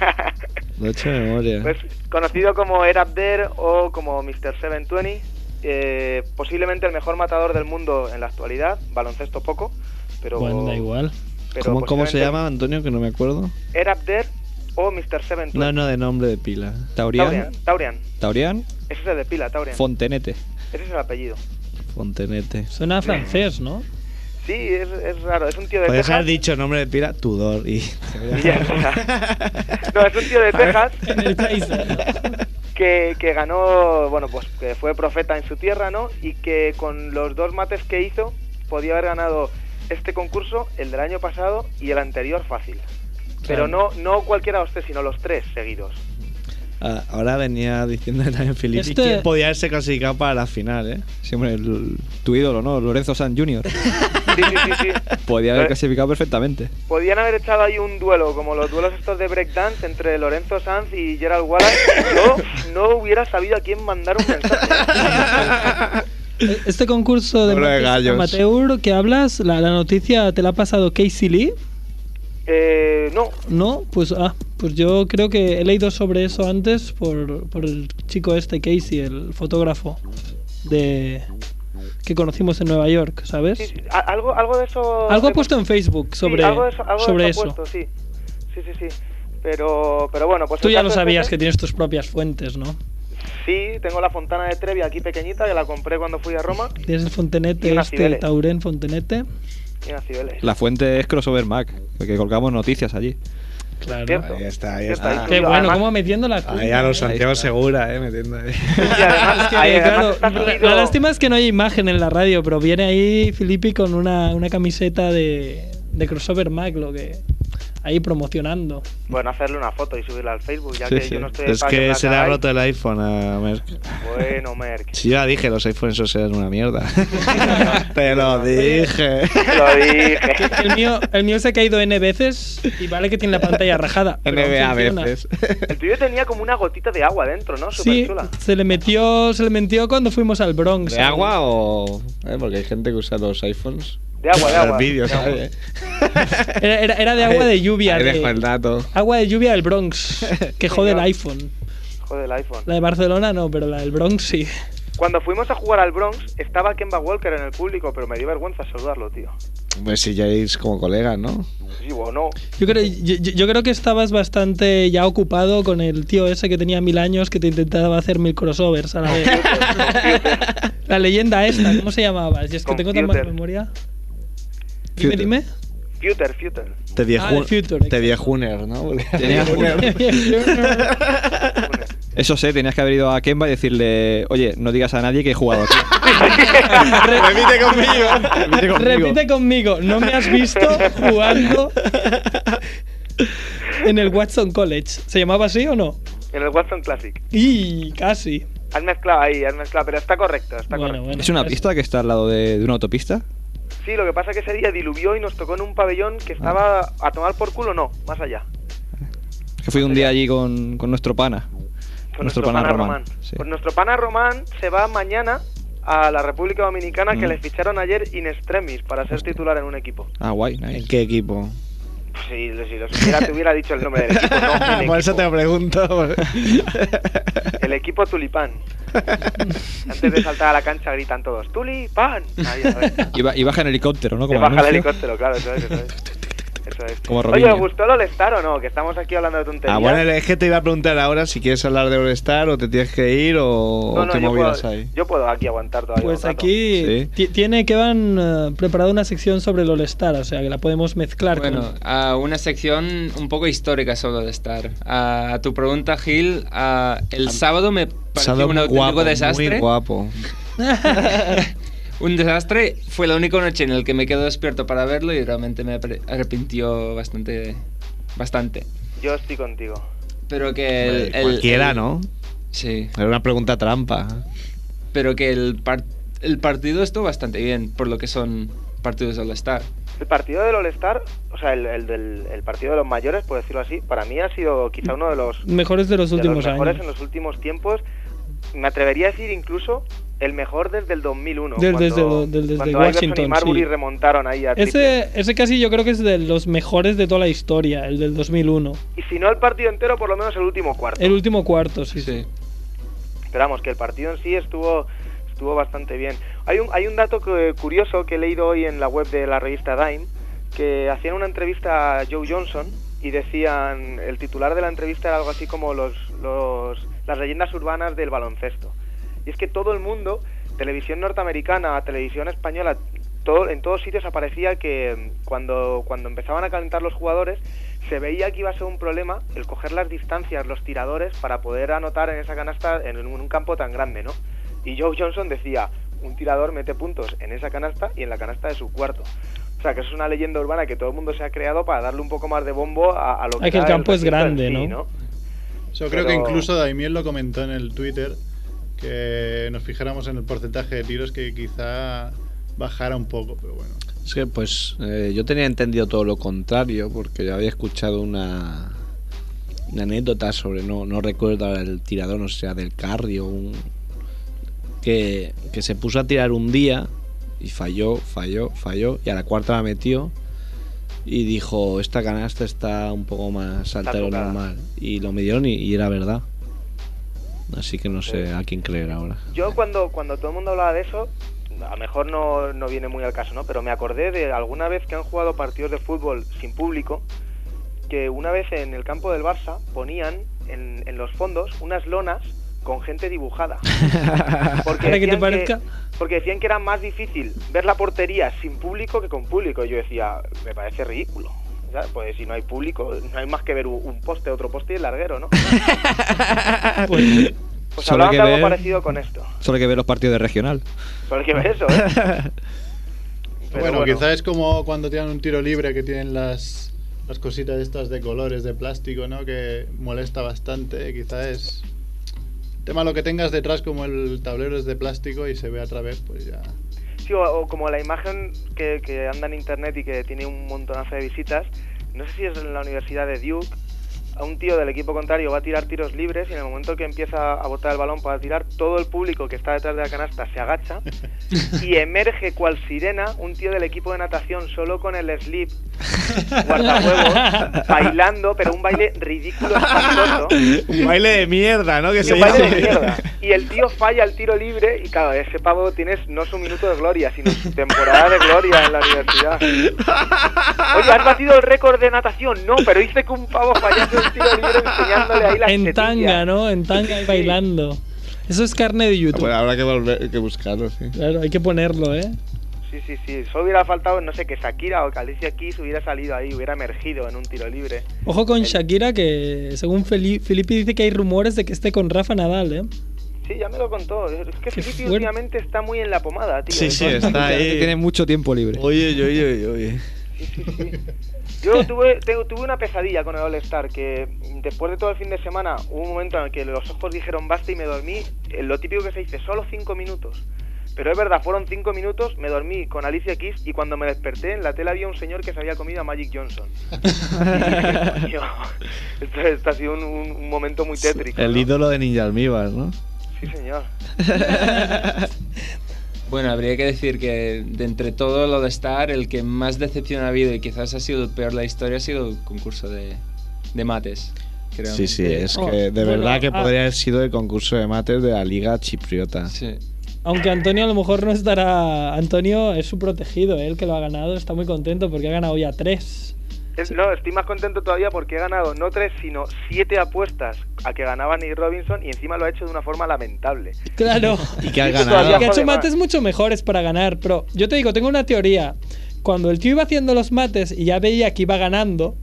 Speaker 2: Lo he hecho de
Speaker 6: Eh.
Speaker 2: memoria.
Speaker 7: Pues, conocido como Air Up There o como Mr. 720, eh, posiblemente el mejor matador del mundo en la actualidad, baloncesto poco, pero...
Speaker 6: Bueno, da igual.
Speaker 7: pero
Speaker 2: ¿Cómo, cómo se
Speaker 7: posiblemente
Speaker 2: llama, Antonio? Que no me acuerdo.
Speaker 7: Air Up There o Mr. 720.
Speaker 2: No, no, de nombre de pila.
Speaker 3: Taurian.
Speaker 7: Taurian, Taurian.
Speaker 3: Taurian
Speaker 7: Ese es el de pila, Taurian.
Speaker 3: Fontenete.
Speaker 7: Ese es el apellido.
Speaker 2: Fontenete.
Speaker 7: Pues
Speaker 6: Suena a francés, ¿no?
Speaker 7: Sí, es, es raro, es un tío de
Speaker 2: Podrías
Speaker 7: Texas.
Speaker 2: haber dicho nombre de pila, Tudor. Y...
Speaker 7: y ya está. no, es un tío de Texas
Speaker 6: En el Tyson.
Speaker 7: que, que ganó, bueno, pues que fue profeta en su tierra, ¿no? Y que con los dos mates que hizo podía haber ganado este concurso, el del año pasado y el anterior fácil. Pero no, no cualquiera de ustedes, sino los tres seguidos.
Speaker 2: Ah, Ahora venía diciendo también Felipe
Speaker 6: Este-
Speaker 2: que podía haberse clasificado para la final, ¿eh?
Speaker 3: Siempre el, tu ídolo, ¿no? Lorenzo San Jr.
Speaker 7: Sí, sí, sí, sí.
Speaker 3: Podía haber
Speaker 7: Eh.
Speaker 3: clasificado perfectamente.
Speaker 7: Podían haber echado ahí un duelo, como los duelos estos de breakdance entre Lorenzo Sanz y Gerald Wallace. Yo no hubiera sabido a quién mandar un mensaje.
Speaker 6: Este concurso de
Speaker 2: Habla de
Speaker 6: mates
Speaker 2: gallos.
Speaker 6: amateur que hablas, la, la noticia te la ha pasado Casey Lee,
Speaker 7: Eh, no,
Speaker 6: ¿no? Pues ah, pues yo creo que he leído sobre eso antes por, por el chico este Casey, el fotógrafo de que conocimos en Nueva York,
Speaker 7: sí,
Speaker 6: ¿sabes?
Speaker 7: sí, a- algo, algo de eso.
Speaker 6: Algo ha
Speaker 7: hemos-
Speaker 6: puesto en Facebook
Speaker 7: Sí,
Speaker 6: sobre
Speaker 7: algo de eso, algo de
Speaker 6: sobre
Speaker 7: eso. ha
Speaker 6: eso.
Speaker 7: puesto, sí. sí, sí, sí. Pero, pero bueno, pues.
Speaker 6: Tú
Speaker 7: el
Speaker 6: ya
Speaker 7: caso
Speaker 6: lo
Speaker 7: es
Speaker 6: sabías
Speaker 7: ese.
Speaker 6: que tienes tus propias fuentes, ¿no?
Speaker 7: Sí, tengo la fontana de Trevi aquí pequeñita, que la compré cuando fui a Roma.
Speaker 6: Tienes el
Speaker 7: Y
Speaker 6: Fontenete
Speaker 7: una
Speaker 6: este, el
Speaker 7: Cibeles.
Speaker 6: Tauren Fontenete.
Speaker 7: Y nací Vélez.
Speaker 3: La fuente es Crossover Mac, que colgamos noticias allí.
Speaker 6: Claro.
Speaker 7: Cierto.
Speaker 2: Ahí está, ahí
Speaker 7: Cierto, ahí
Speaker 2: está.
Speaker 6: Ah, Qué
Speaker 7: subió.
Speaker 6: bueno,
Speaker 7: Además-
Speaker 6: cómo metiendo la
Speaker 2: Ahí
Speaker 6: cuña,
Speaker 2: a
Speaker 6: ¿eh?
Speaker 2: los Santiago Segura, ¿eh? Metiendo ahí.
Speaker 7: Y además,
Speaker 6: Es que,
Speaker 7: ahí, además
Speaker 6: claro,
Speaker 7: está
Speaker 6: la,
Speaker 7: subido-
Speaker 6: la lástima es que no hay imagen en la radio, pero viene ahí Filippi con una, una camiseta de, de crossover Mac, lo que ahí promocionando.
Speaker 7: Bueno, hacerle una foto y subirla al Facebook, ya
Speaker 3: Sí,
Speaker 7: que
Speaker 3: sí.
Speaker 7: yo no estoy
Speaker 2: Es
Speaker 7: para me
Speaker 2: que
Speaker 7: la
Speaker 2: se le ha
Speaker 7: cagáis.
Speaker 2: roto el iPhone a Merck.
Speaker 7: Bueno, Merck.
Speaker 2: Si yo ya dije, los iPhones esos eran una mierda. Te lo dije.
Speaker 7: Lo dije.
Speaker 6: Que El mío, el mío se ha caído N veces y vale que tiene la pantalla rajada. pero aún
Speaker 2: NBA
Speaker 6: funciona.
Speaker 2: veces.
Speaker 7: El tuyo tenía como una gotita de agua dentro, ¿no? Súper
Speaker 6: Sí,
Speaker 7: chula.
Speaker 6: se le metió, se le metió cuando fuimos al Bronx.
Speaker 2: ¿De agua o.? eh, Porque hay gente que usa los iPhones.
Speaker 7: De agua, de
Speaker 2: para ver
Speaker 7: agua.
Speaker 2: vídeos,
Speaker 7: de agua.
Speaker 2: ¿sabes?
Speaker 6: Era, era- era de agua de lluvia.
Speaker 5: Ahí
Speaker 6: de-
Speaker 5: dejo el dato.
Speaker 6: agua de lluvia del Bronx, que jode el iPhone.
Speaker 7: Joder, el iPhone.
Speaker 6: La de Barcelona no, pero la del Bronx sí.
Speaker 7: Cuando fuimos a jugar al Bronx, estaba Kemba Walker en el público, pero me dio vergüenza saludarlo, tío.
Speaker 5: Pues si ya es como colegas, ¿no?
Speaker 7: Sí, o no.
Speaker 6: Yo creo, yo, yo- yo creo que estabas bastante ya ocupado con el tío ese que tenía mil años que te intentaba hacer mil crossovers a la vez. la leyenda esta, ¿cómo se llamaba? Si es que tengo tan mala
Speaker 7: Computer.
Speaker 6: memoria. Dime,
Speaker 5: Computer.
Speaker 6: dime.
Speaker 7: Future, Future.
Speaker 2: Te viejo.
Speaker 6: Ah, el Future,
Speaker 2: te
Speaker 6: exacto.
Speaker 2: viejuner, ¿no?
Speaker 3: Tenía- Eso sé, tenías que haber ido a Kemba y decirle, oye, no digas a nadie que he jugado aquí.
Speaker 2: Repite conmigo. Repite
Speaker 6: Repite conmigo, no me has visto jugando en el Watson College. ¿Se llamaba así o no?
Speaker 7: En el Watson Classic.
Speaker 6: Y casi.
Speaker 7: Has mezclado ahí, has mezclado, pero está correcto, está
Speaker 6: Bueno,
Speaker 7: correcto.
Speaker 6: bueno.
Speaker 3: ¿Es una pista que está al lado de, de una autopista?
Speaker 7: Sí, lo que pasa es que ese día diluvió y nos tocó en un pabellón
Speaker 3: Ah.
Speaker 7: que estaba a tomar por culo, no, más allá.
Speaker 3: Que fui un día allí con, con nuestro pana.
Speaker 7: Con
Speaker 3: Nuestro pana Román, sí.
Speaker 7: Pues nuestro pana Román se va mañana a la República Dominicana que
Speaker 3: Mm.
Speaker 7: le ficharon ayer in extremis para ser titular en un equipo.
Speaker 3: Ah, guay,
Speaker 2: ¿En
Speaker 3: nice.
Speaker 2: qué equipo?
Speaker 7: Pues Si, si lo supiera, te hubiera dicho el nombre del equipo. No, un
Speaker 2: Por eso te
Speaker 7: equipo.
Speaker 2: lo pregunto.
Speaker 7: El equipo Tulipán. Antes de saltar a la cancha gritan todos: ¡Tulipán! Ahí, a ver.
Speaker 3: Y, ba- y baja en helicóptero, ¿no?
Speaker 7: Te
Speaker 3: Como
Speaker 7: baja el
Speaker 3: anuncio.
Speaker 7: helicóptero, claro, eso es. Eso es. Eso es.
Speaker 3: Como
Speaker 7: Oye,
Speaker 3: Robinho.
Speaker 7: ¿os gustó el All-Star o no? Que estamos aquí hablando de tonterías.
Speaker 2: Ah, bueno, es que te iba a preguntar ahora si quieres hablar de All-Star o te tienes que ir o
Speaker 7: no, no,
Speaker 2: oh, qué
Speaker 7: yo
Speaker 2: movidas
Speaker 7: puedo,
Speaker 2: hay.
Speaker 7: yo puedo aquí aguantar todavía.
Speaker 6: Pues
Speaker 7: un rato.
Speaker 6: aquí
Speaker 3: Sí.
Speaker 6: ti- tiene que van preparado una sección sobre el All-Star, o sea que la podemos mezclar
Speaker 4: Bueno,
Speaker 6: con.
Speaker 4: a una sección un poco histórica sobre estar. A tu pregunta, Gil, a- el sábado me pareció
Speaker 2: Sábado
Speaker 4: un auténtico desastre.
Speaker 2: Muy guapo.
Speaker 4: Un desastre. Fue la única noche en la que me quedo despierto para verlo y realmente me apre- arrepintió bastante. Bastante.
Speaker 7: Yo estoy contigo.
Speaker 4: Pero que el. el-
Speaker 2: Cualquiera,
Speaker 4: el-
Speaker 2: ¿no?
Speaker 4: Sí.
Speaker 2: Era una pregunta trampa.
Speaker 4: Pero que el, par- el partido estuvo bastante bien, por lo que son partidos de All-Star.
Speaker 7: El partido del All-Star, o sea, el, el del- el partido de los mayores, por decirlo así, para mí ha sido quizá uno de los,
Speaker 6: Mejores de los
Speaker 7: de los
Speaker 6: últimos
Speaker 7: mejores en
Speaker 6: años.
Speaker 7: los últimos tiempos. Me atrevería a decir incluso el mejor desde el 2001.
Speaker 6: Del-
Speaker 7: cuando,
Speaker 6: desde el- del- desde
Speaker 7: cuando
Speaker 6: Washington,
Speaker 7: Iverson y Marbury
Speaker 6: sí.
Speaker 7: remontaron ahí a triple.
Speaker 6: Ese, ese casi yo creo que es de los mejores de toda la historia, el del 2001.
Speaker 7: Y si no el partido entero, por lo menos el último cuarto.
Speaker 6: El último cuarto, sí, sí.
Speaker 4: Sí.
Speaker 7: Esperamos que el partido en sí estuvo estuvo bastante bien. Hay un, hay un dato que- curioso que he leído hoy en la web de la revista Dime, que hacían una entrevista a Joe Johnson y decían, el titular de la entrevista era algo así como los, los- las leyendas urbanas del baloncesto. Y es que todo el mundo, televisión norteamericana, televisión española, todo, en todos sitios aparecía que mm, cuando, cuando empezaban a calentar los jugadores, se veía que iba a ser un problema el coger las distancias, los tiradores, para poder anotar en esa canasta en un, un campo tan grande, ¿no? Y Joe Johnson decía, un tirador mete puntos en esa canasta y en la canasta de su cuarto. O sea, que eso es una leyenda urbana que todo el mundo se ha creado para darle un poco más de bombo a, a lo que...
Speaker 6: Ah, que el
Speaker 7: da
Speaker 6: campo es
Speaker 7: recinto en
Speaker 6: grande,
Speaker 7: sí,
Speaker 6: ¿no?
Speaker 8: Yo creo
Speaker 7: Pero-
Speaker 8: que incluso Daimiel lo comentó en el Twitter que nos fijáramos en el porcentaje de tiros que quizá bajara un poco, pero bueno.
Speaker 5: Es que, pues, eh, yo tenía entendido todo lo contrario, porque yo había escuchado una, una anécdota sobre, no, no recuerdo ahora el tirador, o sea, del carrio, un, que, que se puso a tirar un día y falló, falló, falló, y a la cuarta la metió y dijo, esta canasta está un poco más alta de lo
Speaker 7: tocada.
Speaker 5: normal. Y lo midieron y, y era verdad. Así que no
Speaker 7: Pues.
Speaker 5: sé a quién creer ahora.
Speaker 7: Yo cuando, cuando todo el mundo hablaba de eso, a lo mejor no, no viene muy al caso, ¿no? Pero me acordé de alguna vez que han jugado partidos de fútbol sin público, que una vez en el campo del Barça ponían en, en los fondos unas lonas con gente dibujada. Porque
Speaker 6: Para que te
Speaker 7: decían
Speaker 6: parezca.
Speaker 7: porque decían que era más difícil ver la portería sin público que con público. Y Yo decía, me parece ridículo. O sea, Pues si no hay público, no hay más que ver un un poste, otro poste y el larguero, ¿no?
Speaker 6: Pues,
Speaker 7: Pues
Speaker 3: Solo
Speaker 7: hablaban
Speaker 3: hay que
Speaker 7: de algo
Speaker 3: ver-
Speaker 7: parecido con esto.
Speaker 3: Solo hay que ver los partidos de regional.
Speaker 7: Solo hay que ver eso, ¿eh? Pero
Speaker 8: bueno, quizá es como cuando tiran un tiro libre que tienen las, las cositas estas de colores, de plástico, ¿no? Que molesta bastante. Quizá es tema lo que tengas detrás, como el tablero es de plástico y se ve a través, pues ya.
Speaker 7: Sí, o, o como la imagen que, que anda en internet y que tiene un montonazo de visitas. No sé si es en la Universidad de Duke a un tío del equipo contrario va a tirar tiros libres y en el momento que empieza a botar el balón para tirar, todo el público que está detrás de la canasta se agacha y emerge cual sirena un tío del equipo de natación solo con el slip guardahuevos bailando, pero un baile ridículo espantoso.
Speaker 2: Un baile de mierda, ¿no? Que
Speaker 7: Y
Speaker 2: se
Speaker 7: un baile de
Speaker 2: llama.
Speaker 7: mierda. Y el tío falla el tiro libre y claro, ese pavo tienes no su minuto de gloria, sino su temporada de gloria en la universidad. Oye, has batido el récord de natación. No, pero hice que un pavo fallase el tiro libre enseñándole ahí la
Speaker 6: En tanga, ¿no? En tanga y bailando. Eso es carne de
Speaker 2: Ah,
Speaker 6: YouTube.
Speaker 2: pues
Speaker 5: Bueno, habrá que, volver, que buscarlo, sí.
Speaker 6: Claro, hay que ponerlo, ¿eh?
Speaker 7: Sí, sí, sí. Solo hubiera faltado, no sé, que Shakira o que Alicia Keys hubiera salido ahí, hubiera emergido en un tiro libre.
Speaker 6: Ojo con
Speaker 7: El-
Speaker 6: Shakira, que según Feli- Felipe dice que hay rumores de que esté con Rafa Nadal, ¿eh?
Speaker 7: Sí, ya me lo contó. Es que
Speaker 6: Qué
Speaker 7: Felipe
Speaker 6: fuerte.
Speaker 7: últimamente está muy en la pomada, tío.
Speaker 2: Sí, sí,
Speaker 7: Entonces-
Speaker 2: está
Speaker 3: Que tiene
Speaker 2: ahí.
Speaker 3: mucho tiempo libre.
Speaker 2: Oye, oye, oye, oye.
Speaker 7: Yo tuve, te- tuve una pesadilla con el All Star, que después de todo el fin de semana hubo un momento en el que los ojos dijeron basta y me dormí, eh, lo típico que se dice, solo cinco minutos. Pero es verdad, fueron cinco minutos, me dormí con Alicia Keys y cuando me desperté en la tele había un señor que se había comido a Magic Johnson. Y dije, "Coño, esto, esto ha sido un, un- un momento muy tétrico.
Speaker 2: El
Speaker 7: ¿no?".
Speaker 2: ídolo de Ninja Almíbar, ¿no?
Speaker 7: Sí, señor.
Speaker 4: Bueno, habría que decir que de entre todo lo de estar, el que más decepción ha habido y quizás ha sido el peor de la historia ha sido el concurso de, de mates. Creo.
Speaker 5: Sí, sí, es
Speaker 6: Oh,
Speaker 5: que de
Speaker 6: bueno,
Speaker 5: verdad que
Speaker 6: ah.
Speaker 5: podría haber sido el concurso de mates de la Liga Chipriota.
Speaker 4: Sí.
Speaker 6: Aunque Antonio a lo mejor no estará. Antonio es su protegido, ¿eh? el que lo ha ganado. Está muy contento porque ha ganado ya tres.
Speaker 7: Es- No, estoy más contento todavía porque he ganado no tres, sino siete apuestas a que ganaba Nick Robinson y encima lo ha hecho de una forma lamentable.
Speaker 6: Claro.
Speaker 5: Y que has
Speaker 7: Eso
Speaker 5: ganado.
Speaker 7: todavía
Speaker 6: que ha hecho
Speaker 7: joder más.
Speaker 6: mates mucho mejores para ganar. Pero yo te digo, tengo una teoría. Cuando el tío iba haciendo los mates y ya veía que iba ganando,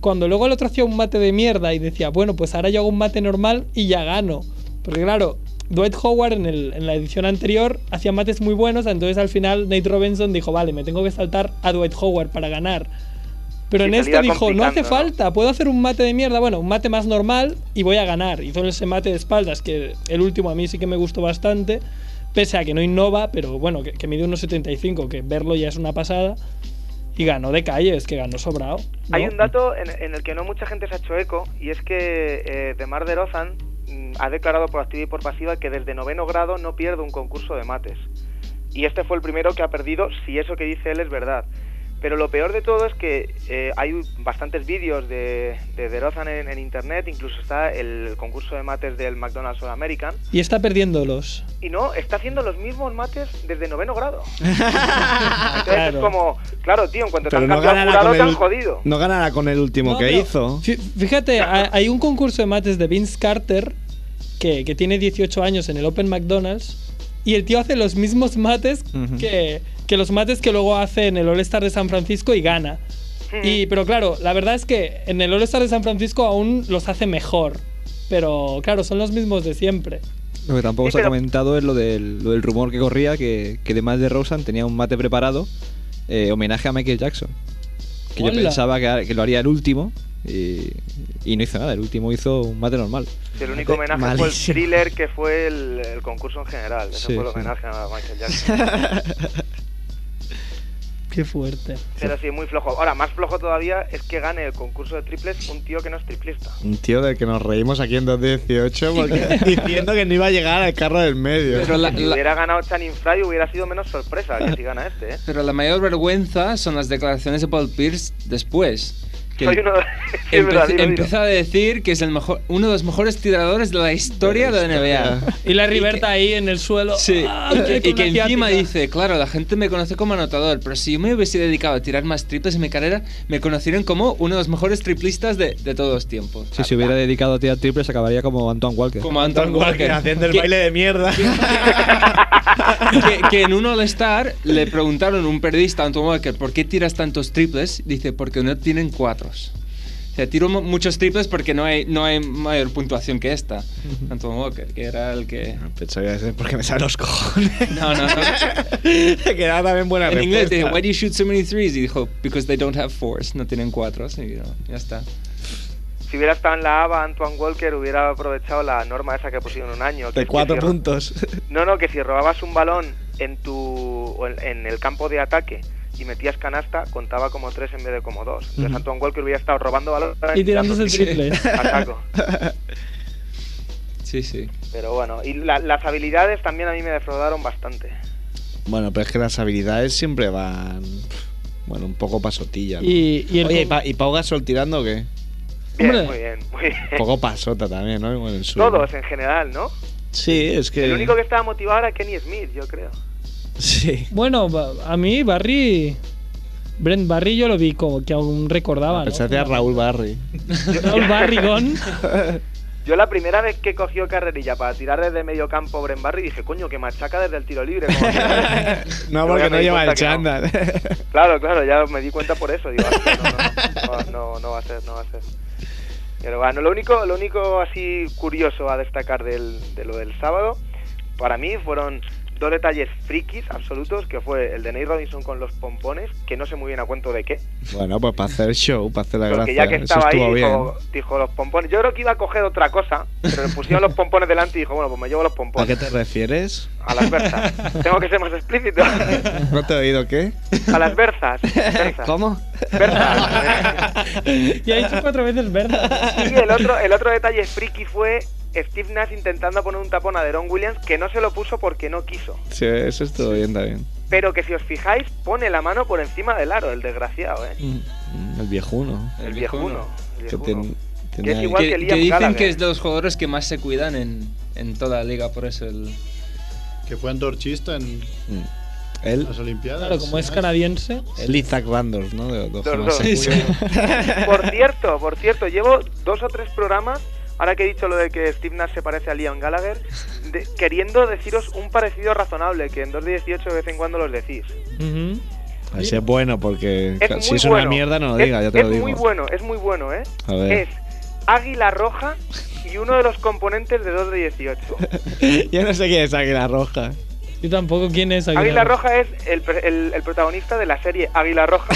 Speaker 6: cuando luego el otro hacía un mate de mierda y decía, bueno, pues ahora yo hago un mate normal y ya gano. Porque claro, Dwight Howard en, el- en la edición anterior hacía mates muy buenos, entonces al final Nate Robinson dijo, vale, me tengo que saltar a Dwight Howard para ganar. Pero
Speaker 7: Sí,
Speaker 6: en
Speaker 7: salía
Speaker 6: esta dijo, no hace
Speaker 7: complicando, ¿no?
Speaker 6: falta, puedo hacer un mate de mierda, bueno, un mate más normal y voy a ganar. Hizo ese mate de espaldas, que el último a mí sí que me gustó bastante, pese a que no innova, pero bueno, que, que mide unos 75, que verlo ya es una pasada. Y ganó de calle, es que ganó sobrado. ¿no?
Speaker 7: Hay un dato en, en el que no mucha gente se ha hecho eco y es que eh, Demar de Rozan mm, ha declarado por activa y por pasiva que desde noveno grado no pierde un concurso de mates. Y este fue el primero que ha perdido, si eso que dice él es verdad. Pero lo peor de todo es que eh, hay bastantes vídeos de, de DeRozan en, en internet, incluso está el concurso de mates del McDonald's All American,
Speaker 6: Y está perdiéndolos.
Speaker 7: y no, está haciendo los mismos mates desde noveno grado. Entonces
Speaker 6: Claro.
Speaker 7: es como, claro, tío, en cuanto te
Speaker 2: Pero
Speaker 7: han
Speaker 2: no
Speaker 7: cambiado al
Speaker 2: ganará,
Speaker 7: jurado,
Speaker 2: con
Speaker 7: te han
Speaker 2: el,
Speaker 7: jodido.
Speaker 2: no ganará con el último
Speaker 6: No,
Speaker 2: que
Speaker 6: pero
Speaker 2: hizo.
Speaker 6: fí- Fíjate, ha- hay un concurso de mates de Vince Carter que, que tiene 18 años en el Open McDonald's y el tío hace los mismos mates que, que los mates que luego hace en el All-Star de San Francisco y gana.
Speaker 7: Mm.
Speaker 6: Y,
Speaker 7: Hmm.
Speaker 6: pero claro, la verdad es que en el All-Star de San Francisco aún los hace mejor. Pero claro, son los mismos de siempre.
Speaker 3: Lo que tampoco
Speaker 7: Sí,
Speaker 3: se ha
Speaker 7: pero-
Speaker 3: comentado es lo del, lo del rumor que corría que, que además de Rosen tenía un mate preparado eh, homenaje a Michael Jackson. Que yo
Speaker 6: Hola.
Speaker 3: pensaba que, que lo haría el último y, y no hizo nada. El último hizo un mate normal.
Speaker 7: Sí, el único homenaje fue el
Speaker 2: malísimo.
Speaker 7: thriller que fue el, el concurso en general. Ese
Speaker 3: Sí,
Speaker 7: fue el
Speaker 3: sí.
Speaker 7: homenaje a Michael Jackson.
Speaker 6: Qué fuerte.
Speaker 7: Pero sí, muy flojo. Ahora, más flojo todavía es que gane el concurso de triples un tío que no es triplista.
Speaker 5: Un tío del que nos reímos aquí en 2018 porque diciendo que no iba a llegar al carro del medio.
Speaker 4: Pero la,
Speaker 7: Si
Speaker 4: la-
Speaker 7: hubiera ganado Channing Fry hubiera sido menos sorpresa que si gana este, ¿eh?
Speaker 4: pero la mayor vergüenza son las declaraciones de Paul Pierce después. Que
Speaker 7: Soy uno de... Sí, es
Speaker 4: empe-
Speaker 7: verdad, dilo, dilo.
Speaker 4: empieza a decir que es el mejor, uno de los mejores tiradores de la historia de la NBA.
Speaker 6: Y la Riberta ahí en el suelo.
Speaker 4: Sí,
Speaker 6: ¡Ah,
Speaker 4: y que-
Speaker 6: qué
Speaker 4: y que
Speaker 6: asiática!
Speaker 4: encima dice, claro, la gente me conoce como anotador, pero si yo me hubiese dedicado a tirar más triples en mi carrera, me conocieron como uno de los mejores triplistas de, de todos los tiempos.
Speaker 6: Ah,
Speaker 3: Si se hubiera dedicado a tirar triples acabaría como Antoine Walker.
Speaker 4: Como Anton
Speaker 2: Que
Speaker 4: Walker.
Speaker 2: haciendo el
Speaker 4: Que-
Speaker 2: baile de mierda.
Speaker 4: que, que en un All-Star le preguntaron a un periodista, a Anton Walker, ¿por qué tiras tantos triples? Dice, porque no tienen cuatros. O sea, tiro mu- muchos triples porque no hay, no hay mayor puntuación que esta. Anton Walker, que era el que...
Speaker 5: Pensaba que iba a ser porque me salen los cojones.
Speaker 4: No, no, no.
Speaker 5: que era también buena
Speaker 4: En inglés
Speaker 5: respuesta.
Speaker 4: dice, why do you shoot so many threes? Y dijo, because they don't have fours, no tienen cuatros. Y no, ya está.
Speaker 7: Si hubiera estado en la ABA, Antoine Walker hubiera aprovechado la norma esa que pusieron un año. que
Speaker 5: de
Speaker 7: es que
Speaker 5: cuatro
Speaker 7: si ro-
Speaker 5: puntos.
Speaker 7: No, no, que si robabas un balón en tu o en, en el campo de ataque y metías canasta, contaba como tres en vez de como dos. Entonces Antoine Walker hubiera estado robando valor
Speaker 6: Y tirándose el triple.
Speaker 7: a saco.
Speaker 4: Sí, sí.
Speaker 7: Pero bueno, y la- las habilidades también a mí me defraudaron bastante.
Speaker 2: Bueno, pero es que las habilidades siempre van. Bueno, un poco pasotillas. ¿no?
Speaker 6: Y, y el
Speaker 2: Oye, ¿y,
Speaker 6: com-
Speaker 2: Pa- y Pau Gasol tirando o qué?
Speaker 7: Bien,
Speaker 6: Hombre.
Speaker 7: muy bien, muy bien.
Speaker 2: Un poco pasota también, ¿no? Con el suelo.
Speaker 7: Todos en general, ¿no?
Speaker 2: Sí, es que.
Speaker 7: El único que estaba motivado era Kenny Smith, yo creo.
Speaker 2: Sí.
Speaker 6: Bueno, ba- a mí Barry. Brent Barry yo lo vi como que aún recordaba. ¿no?
Speaker 2: Pensaste a Raúl Barry.
Speaker 6: Raúl Barrigón.
Speaker 7: Yo la primera vez que cogió carrerilla para tirar desde medio campo Bren Barry dije, coño, que machaca desde el tiro libre. como que-
Speaker 2: No,
Speaker 7: Luego
Speaker 2: porque
Speaker 7: ya me
Speaker 2: no
Speaker 7: di
Speaker 2: lleva
Speaker 7: cuenta
Speaker 2: el
Speaker 7: que no.
Speaker 2: chándal.
Speaker 7: Claro, claro, ya me di cuenta por eso. Digo, "Hostia, no, no, no, no, no va a ser, no va a ser. Pero bueno, lo único, lo único así curioso a destacar del, de lo del sábado, para mí fueron dos detalles frikis absolutos, que fue el de Nate Robinson con los pompones, que no sé muy bien a cuento de qué,
Speaker 2: bueno, pues para hacer show, para hacer la
Speaker 7: porque
Speaker 2: gracia.
Speaker 7: ya que
Speaker 2: Eso
Speaker 7: estaba ahí,
Speaker 2: estuvo bien.
Speaker 7: dijo, dijo los pompones. Yo creo que iba a coger otra cosa, pero le pusieron los pompones delante y dijo, bueno, pues me llevo los
Speaker 2: ¿A qué
Speaker 7: pompones.
Speaker 2: te refieres?
Speaker 7: A las berzas. Tengo que ser más explícito. A
Speaker 2: ¿No te he oído qué?
Speaker 7: las berzas. berzas.
Speaker 2: ¿Cómo?
Speaker 7: Berzas.
Speaker 6: y ha hecho cuatro veces verdad.
Speaker 7: Y el otro, el otro detalle friki fue Steve Nash intentando poner un tapón a Deron Williams que no se lo puso porque no quiso.
Speaker 2: Sí, eso estuvo bien también.
Speaker 7: Pero que si os fijáis, pone la mano por encima del aro, el desgraciado, ¿eh?
Speaker 2: Mm, El viejuno.
Speaker 7: El, viejuno. el
Speaker 2: Que
Speaker 7: viejuno.
Speaker 2: ten-
Speaker 7: Que
Speaker 2: tenía
Speaker 7: es
Speaker 2: ahí-
Speaker 7: igual que,
Speaker 4: Que, que
Speaker 7: Liam
Speaker 4: dicen
Speaker 7: Gallagher.
Speaker 4: que es de los jugadores que más se cuidan en, en toda la liga, por eso el...
Speaker 8: Que fue antorchista en
Speaker 2: Mm. Él,
Speaker 8: las Olimpiadas.
Speaker 6: Claro, como es
Speaker 8: ¿no?
Speaker 6: canadiense.
Speaker 2: él y Zach Randolph, ¿no? De los dos jamás
Speaker 7: Los dos.
Speaker 2: se cuidan.
Speaker 7: Por cierto, por cierto, llevo dos o tres programas, ahora que he dicho lo de que Steve Nash se parece a Liam Gallagher, de- queriendo deciros un parecido razonable, que en 2.18 de vez en cuando los decís.
Speaker 6: Ujú.
Speaker 2: Así es bueno, porque
Speaker 7: Es
Speaker 2: claro,
Speaker 7: muy
Speaker 2: si es
Speaker 7: bueno.
Speaker 2: una mierda no lo diga,
Speaker 7: es,
Speaker 2: ya te lo
Speaker 7: es
Speaker 2: digo.
Speaker 7: muy bueno, es muy bueno, ¿eh?
Speaker 2: A ver.
Speaker 7: Es Águila Roja y uno de los componentes de 2 de 18.
Speaker 2: Yo no sé quién es Águila Roja.
Speaker 6: Yo tampoco quién es Aguilar.
Speaker 7: Águila Roja es el, pre- el- el protagonista de la serie Águila Roja,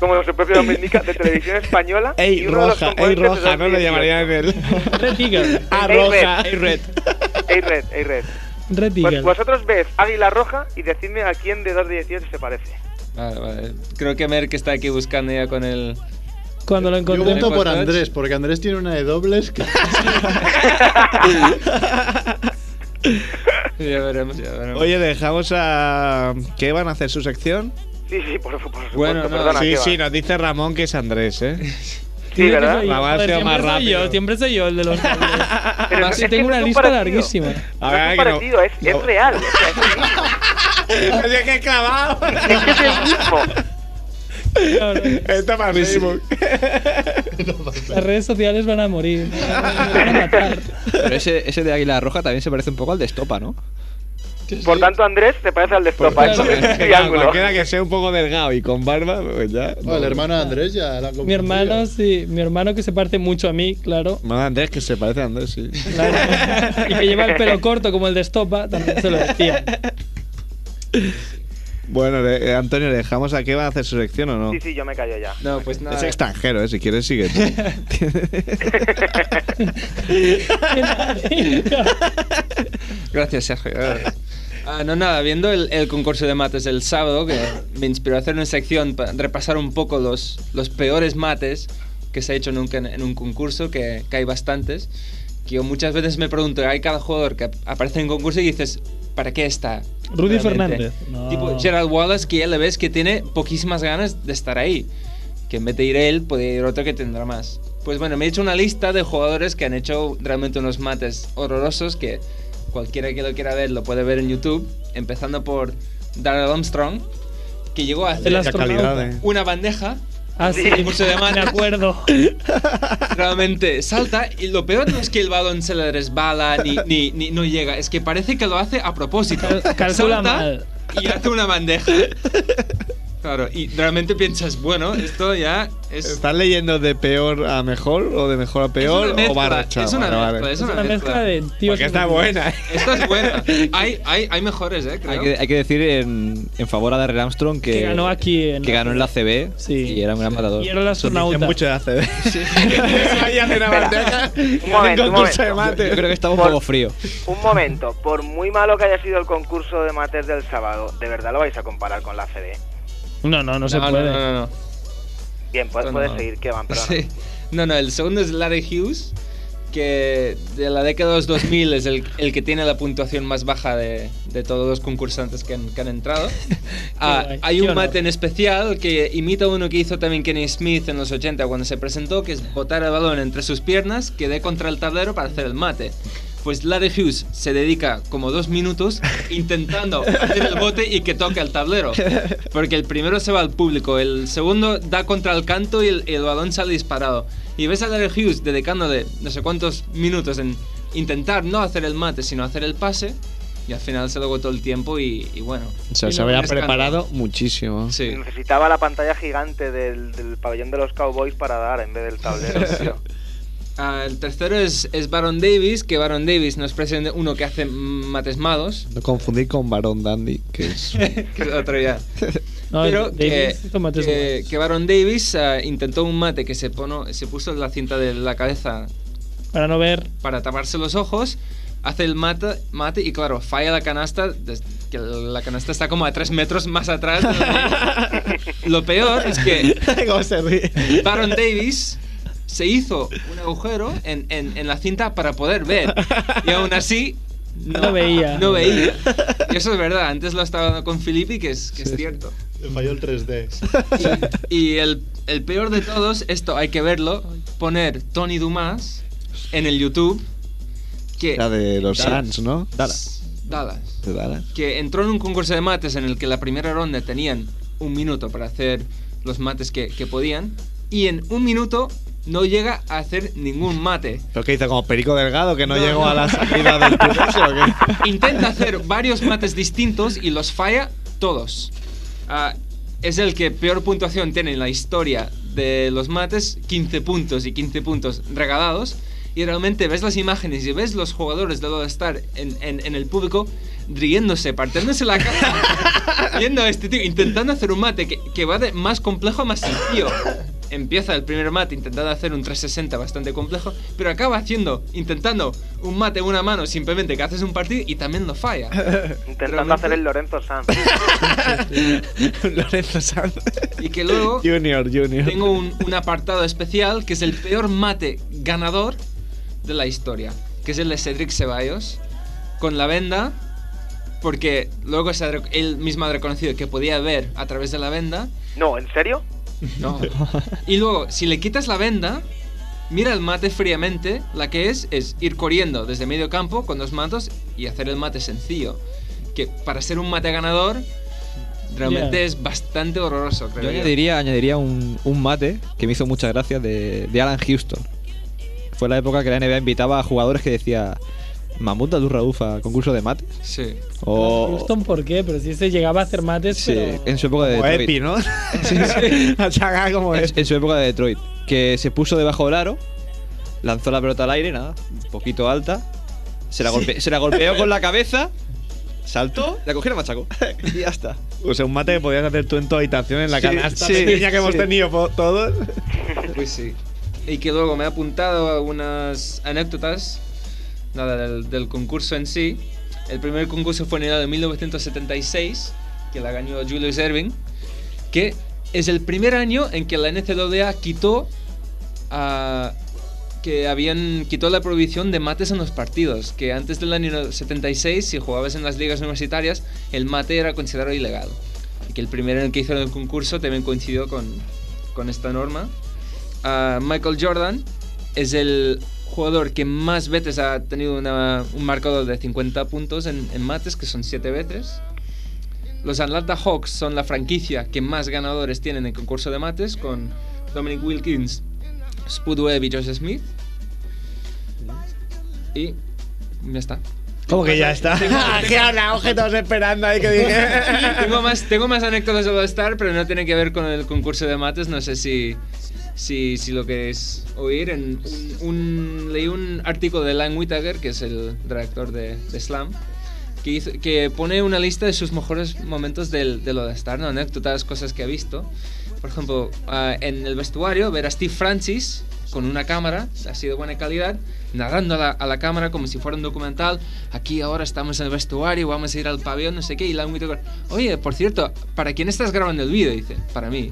Speaker 7: como su propio nombre indica, de televisión española.
Speaker 2: Ey,
Speaker 7: y uno de los
Speaker 2: Roja, ey,
Speaker 7: componentes de
Speaker 2: Roja, no lo
Speaker 7: 2 de 18.
Speaker 2: llamarían él.
Speaker 6: Red Eagle.
Speaker 2: Ah,
Speaker 7: Ey,
Speaker 2: Roja, ey,
Speaker 7: Red.
Speaker 2: Red.
Speaker 7: Ey, Red, ey, Red.
Speaker 6: Red
Speaker 7: Pues
Speaker 6: Eagle.
Speaker 7: vosotros ves Águila Roja y decidme a quién de 2 de 18 se parece.
Speaker 4: Vale, vale. ah, Creo que Merck está aquí buscando ya con el...
Speaker 6: Cuando lo
Speaker 8: Yo
Speaker 6: encontré.
Speaker 8: voto por
Speaker 4: Coach.
Speaker 8: Andrés, porque Andrés tiene una de dobles que
Speaker 4: Ya veremos, ya veremos.
Speaker 2: Oye, dejamos a. ¿Qué van a hacer su sección?
Speaker 7: Sí, sí, por, por supuesto,
Speaker 4: Bueno, no,
Speaker 7: perdona.
Speaker 2: Sí,
Speaker 7: ¿qué va?
Speaker 2: sí, nos dice Ramón que es Andrés, ¿eh?
Speaker 7: Sí, ¿verdad?
Speaker 6: Siempre soy yo,
Speaker 2: Mamá, ha
Speaker 6: joder,
Speaker 2: sido más
Speaker 6: siempre soy
Speaker 2: rápido.
Speaker 6: yo, siempre soy yo el de los
Speaker 2: Ah,
Speaker 6: cables.
Speaker 7: Pero
Speaker 6: Más
Speaker 7: es
Speaker 6: si
Speaker 7: que
Speaker 6: tengo
Speaker 7: no
Speaker 6: una
Speaker 7: es un
Speaker 6: lista
Speaker 7: parecido.
Speaker 6: larguísima.
Speaker 2: A
Speaker 7: No
Speaker 2: ver,
Speaker 7: es un
Speaker 2: que no-
Speaker 7: parecido, ¿eh? es, es
Speaker 2: no-
Speaker 7: real. o sea, es el mismo.
Speaker 2: Oye, que clavado.
Speaker 7: Es que es el mismo.
Speaker 6: Claro,
Speaker 2: Está para Facebook.
Speaker 6: Las redes sociales van a morir. Me van a matar.
Speaker 9: Pero ese, ese de Águila Roja también se parece un poco al de Estopa, ¿no?
Speaker 7: Por tanto, Andrés te parece al de Estopa.
Speaker 6: Por-
Speaker 7: eso es
Speaker 2: Pues,
Speaker 7: un
Speaker 6: Claro,
Speaker 7: triángulo.
Speaker 2: Cualquiera que sea un poco delgado y con barba, pues ya.
Speaker 8: Oh, el hermano de Andrés ya la ha
Speaker 6: Mi
Speaker 8: confundido.
Speaker 6: hermano, sí, mi hermano que se parte mucho a mí, claro.
Speaker 2: No, Andrés, que se parece a Andrés, sí.
Speaker 6: claro. Y que lleva el pelo corto como el de Estopa, también se lo decía.
Speaker 2: Bueno, le- eh, Antonio, ¿le dejamos a qué va a hacer su sección o no?
Speaker 7: Sí, sí, yo me callo ya.
Speaker 4: No, pues nada.
Speaker 2: Es extranjero, ¿eh? Si quieres, sigue. tú.
Speaker 4: Gracias, Sergio. Ah, no, nada, viendo el, el concurso de mates del sábado, que me inspiró a hacer una sección para repasar un poco los, los peores mates que se ha hecho nunca en, en un concurso, que, que hay bastantes. Que yo muchas veces me pregunto, hay cada jugador que aparece en un concurso y dices, ¿para qué está?
Speaker 6: Rudy
Speaker 4: Realmente.
Speaker 6: Fernández. No.
Speaker 4: Tipo Gerald Wallace, que ya le ves que tiene poquísimas ganas de estar ahí. Que en vez de ir él, puede ir otro que tendrá más. Pues bueno, me he hecho una lista de jugadores que han hecho realmente unos mates horrorosos que cualquiera que lo quiera ver lo puede ver en YouTube. Empezando por Darrell Armstrong, que llegó a hacer
Speaker 6: El
Speaker 2: Qué calidad,
Speaker 6: astronauta.
Speaker 2: ¿eh?
Speaker 4: una bandeja,
Speaker 6: Ah, sí,
Speaker 4: Mucho de más.
Speaker 6: me acuerdo.
Speaker 4: realmente salta, y lo peor no es que el balón se le resbala ni, ni, ni- no llega, es que parece que lo hace a propósito.
Speaker 6: Cal- calcula
Speaker 4: Salta
Speaker 6: mal.
Speaker 4: Y hace una bandeja. Claro, y realmente piensas, bueno, esto ya es.
Speaker 5: ¿Estás leyendo de peor a mejor o de mejor a
Speaker 4: es una
Speaker 5: peor
Speaker 4: mezcla,
Speaker 5: o barracha?
Speaker 4: Es una
Speaker 5: Vale, vale.
Speaker 4: mezcla, es
Speaker 6: Es
Speaker 4: una mezcla.
Speaker 6: de tíos.
Speaker 5: Porque está buena. ¿eh?
Speaker 4: Esta es buena. Hay, hay, hay mejores, ¿eh? Creo.
Speaker 3: Hay que, hay que decir en, en favor a Darrell Armstrong que,
Speaker 6: Que ganó aquí en
Speaker 3: que
Speaker 6: la-
Speaker 3: ganó en la CB
Speaker 6: Sí.
Speaker 3: y era un gran matador.
Speaker 6: Y era el astronauta.
Speaker 5: mucho de ACB. Ahí hacen una bandeja.
Speaker 7: Un momento, un
Speaker 5: concurso de
Speaker 7: momento.
Speaker 3: Yo, yo
Speaker 5: mate.
Speaker 3: creo que estaba un
Speaker 7: Por-
Speaker 3: poco frío.
Speaker 7: Un momento, por muy malo que haya sido el concurso de mates del sábado, ¿de verdad lo vais a comparar con la CD?
Speaker 6: No, no, no, se
Speaker 4: no,
Speaker 6: puede.
Speaker 4: no, no, no.
Speaker 7: Bien, puedes,
Speaker 4: No,
Speaker 7: puedes
Speaker 4: no.
Speaker 7: seguir, que van, perdón.
Speaker 4: Sí.
Speaker 6: pues.
Speaker 4: No, no, el segundo es Larry Hughes, que de la década de los 2000 es el, el que tiene la puntuación más baja de, de todos los concursantes que han, que han entrado. Ah,
Speaker 6: guay,
Speaker 4: hay
Speaker 6: qué
Speaker 4: un
Speaker 6: honor.
Speaker 4: mate en especial que imita uno que hizo también Kenny Smith en los 80 cuando se presentó, que es botar el balón entre sus piernas, que dé contra el tablero para hacer el mate. Pues Larry Hughes se dedica como dos minutos intentando hacer el bote y que toque al tablero. Porque el primero se va al público, el segundo da contra el canto y el, el balón sale disparado. Y ves a Larry Hughes dedicándole no sé cuántos minutos en intentar no hacer el mate, sino hacer el pase. Y al final se lo agotó el tiempo y, y bueno.
Speaker 5: O sea,
Speaker 4: Y
Speaker 5: se
Speaker 4: no
Speaker 5: había
Speaker 4: es canto.
Speaker 5: preparado muchísimo.
Speaker 4: Sí.
Speaker 7: Necesitaba la pantalla gigante del, del pabellón de los Cowboys para dar en vez del tablero, tío.
Speaker 4: Ah, el tercero es, es Baron Davis, que Baron Davis nos presenta uno que hace mates malos.
Speaker 5: No confundir con Barón Dandy, que es
Speaker 4: que es otro ya.
Speaker 6: No,
Speaker 4: Pero que,
Speaker 6: Davis, tómate eso.
Speaker 4: que- que Baron Davis ah, intentó un mate que se, pono- se puso la cinta de la cabeza
Speaker 6: Para no ver.
Speaker 4: para taparse los ojos, hace el mate, mate y claro, falla la canasta, des- que la canasta está como a 3 metros más atrás. de donde- Lo peor es que
Speaker 5: ¿Cómo se ríe?
Speaker 4: Baron Davis se hizo un agujero en, en- en la cinta para poder ver. Y aún así...
Speaker 6: No veía.
Speaker 4: No veía. Y eso es verdad. Antes lo estaba hablando con Filippi, que es, que es cierto.
Speaker 8: Le falló el 3D.
Speaker 4: Y, y el, el peor de todos, esto hay que verlo, poner Tony Dumas en el YouTube, que...
Speaker 5: La de los
Speaker 4: Dallas.
Speaker 5: Suns, ¿no?
Speaker 4: Dallas.
Speaker 5: De Dallas.
Speaker 4: que entró en un concurso de mates en el que la primera ronda tenían un minuto para hacer los mates que, que podían y en un minuto no llega a hacer ningún mate.
Speaker 5: ¿Pero qué hizo? ¿Como Perico Delgado que no,
Speaker 4: No,
Speaker 5: llegó
Speaker 4: no.
Speaker 5: a la salida del concurso? o qué?
Speaker 4: Intenta hacer varios mates distintos y los falla todos. Ah, es el que peor puntuación tiene en la historia de los mates, 15 puntos y 15 puntos regalados. Y realmente ves las imágenes y ves los jugadores de All Star en, en- en el público riéndose, partiéndose la cara, viendo a este tío, intentando hacer un mate que, que va de más complejo a más sencillo. Empieza el primer mate intentando hacer un 360 bastante complejo, pero acaba haciendo, intentando un mate en una mano simplemente que haces un partido y también lo falla.
Speaker 7: Intentando
Speaker 4: Realmente.
Speaker 7: hacer el Lorenzo Sanz.
Speaker 5: Lorenzo Sanz.
Speaker 4: Y que luego...
Speaker 5: Junior, Junior.
Speaker 4: tengo un, un apartado especial que es el peor mate ganador de la historia, que es el de Cedric Ceballos, con la venda, porque luego se ha rec- él mismo ha reconocido que podía ver a través de la venda.
Speaker 7: No, ¿en serio?
Speaker 4: No. Y luego, si le quitas la venda, mira el mate fríamente, la que es es ir corriendo desde medio campo con dos manos y hacer el mate sencillo, que para ser un mate ganador realmente
Speaker 6: Yeah.
Speaker 4: es bastante horroroso, creo.
Speaker 3: Yo
Speaker 4: yo.
Speaker 3: añadiría, añadiría un, un mate que me hizo muchas gracias de, de Alan Houston. Fue la época que la NBA invitaba a jugadores que decía Mamut Durraufa, concurso de mate.
Speaker 4: Sí.
Speaker 3: O,
Speaker 6: Houston, ¿por qué? Pero si este llegaba a hacer mates,
Speaker 3: sí,
Speaker 6: pero-
Speaker 3: en su época de
Speaker 5: Como
Speaker 3: Detroit.
Speaker 5: Epi, ¿no? Achaga como
Speaker 3: en,
Speaker 5: Epi.
Speaker 3: en su época de Detroit. Que se puso debajo del aro, lanzó la pelota al aire, nada, un poquito alta. Se la, golpe- se la golpeó con la cabeza, saltó, la cogió y la machacó. Y ya está.
Speaker 5: O sea, un mate que podías hacer tú en tu habitación en la
Speaker 3: Sí,
Speaker 5: canasta
Speaker 3: sí,
Speaker 5: pequeña que hemos
Speaker 3: sí.
Speaker 5: tenido po- todos.
Speaker 4: Pues sí. Y que luego me ha apuntado algunas anécdotas nada, del, del concurso en sí. El primer concurso fue en el año de 1976, que la ganó Julius Erving, que es el primer año en que la NCAA quitó ah, que habían quitó la prohibición de mates en los partidos, que antes del año 76, si jugabas en las ligas universitarias, el mate era considerado ilegal. Y que el primero en el que hicieron el concurso también coincidió con, con esta norma. Ah, Michael Jordan es el jugador que más veces ha tenido una- un marcador de 50 puntos en, en mates, que son 7 veces. Los Atlanta Hawks son la franquicia que más ganadores tienen en concurso de mates, con Dominic Wilkins, Spud Webb y Josh Smith. Y ya está.
Speaker 2: ¿Cómo que ya está? ¿Qué hablamos que estamos esperando ahí que dije?
Speaker 4: tengo, más, tengo más anécdotas de Star, pero no tiene que ver con el concurso de mates. No sé si, si, si lo queréis oír. En un, un- leí un artículo de Lang Whittaker, que es el director de, de Slam, que, hizo- que pone una lista de sus mejores momentos del, de Star, ¿no? anécdotas, cosas que ha visto. Por ejemplo, ah, en el vestuario ver a Steve Francis con una cámara, así de buena calidad, nadando a la, a la cámara como si fuera un documental. Aquí ahora estamos en el vestuario, vamos a ir al pabellón, no sé qué. Y la oye, por cierto, ¿para quién estás grabando el vídeo? Dice, para mí.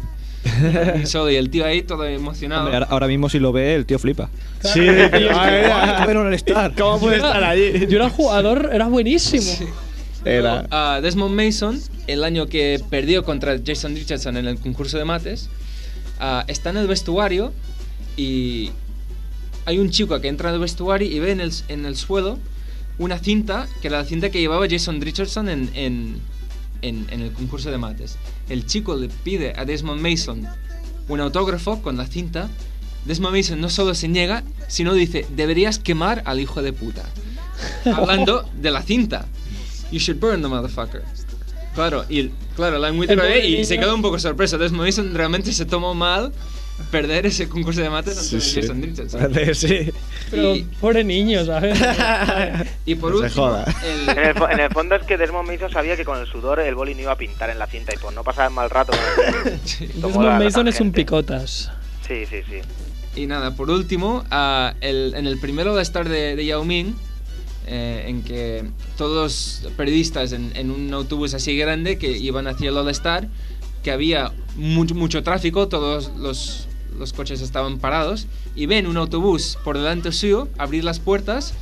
Speaker 4: Y solo, y el tío ahí todo emocionado.
Speaker 3: Hombre, ahora, ahora mismo si lo ve, el tío flipa.
Speaker 2: Sí, tío, madre mía.
Speaker 3: Pero no estar.
Speaker 2: ¿Cómo puede estar allí?
Speaker 6: Yo era jugador, era buenísimo.
Speaker 2: Era.
Speaker 4: a ah, Desmond Mason, el año que perdió contra Jason Richardson en el concurso de mates, ah, está en el vestuario y hay un chico que entra al vestuario y ve en el, en el suelo una cinta, que era la cinta que llevaba Jason Richardson en, en, en- en el concurso de mates. El chico le pide a Desmond Mason un autógrafo con la cinta. Desmond Mason no solo se niega, sino dice, deberías quemar al hijo de puta. Hablando de la cinta. You should burn the motherfucker. Claro, y claro, la
Speaker 6: El pobre
Speaker 4: y se
Speaker 6: niño.
Speaker 4: quedó un poco sorpreso. Desmond Mason realmente se tomó mal perder ese concurso de mates ante Jason Richardson.
Speaker 2: Sí.
Speaker 6: Pero
Speaker 4: Y-
Speaker 6: pobre niño, ¿sabes?
Speaker 4: Y por
Speaker 2: No se
Speaker 4: último,
Speaker 2: joda.
Speaker 4: el-
Speaker 7: En el, fo- en el fondo es que Desmond Mason sabía que con el sudor el boli no iba a pintar en la cinta y por no pasar mal rato. tomó la-
Speaker 6: Desmond
Speaker 7: la
Speaker 6: Mason es un
Speaker 7: tangente.
Speaker 6: picotas.
Speaker 7: Sí, sí, sí.
Speaker 4: Y nada, por último, ah, el- en el primero de estar de, de Yao Ming, eh, en que todos los periodistas en, en un autobús así grande que iban hacia el All-Star, que había mucho, mucho tráfico, todos los, los coches estaban parados, y ven un autobús por delante suyo abrir las puertas,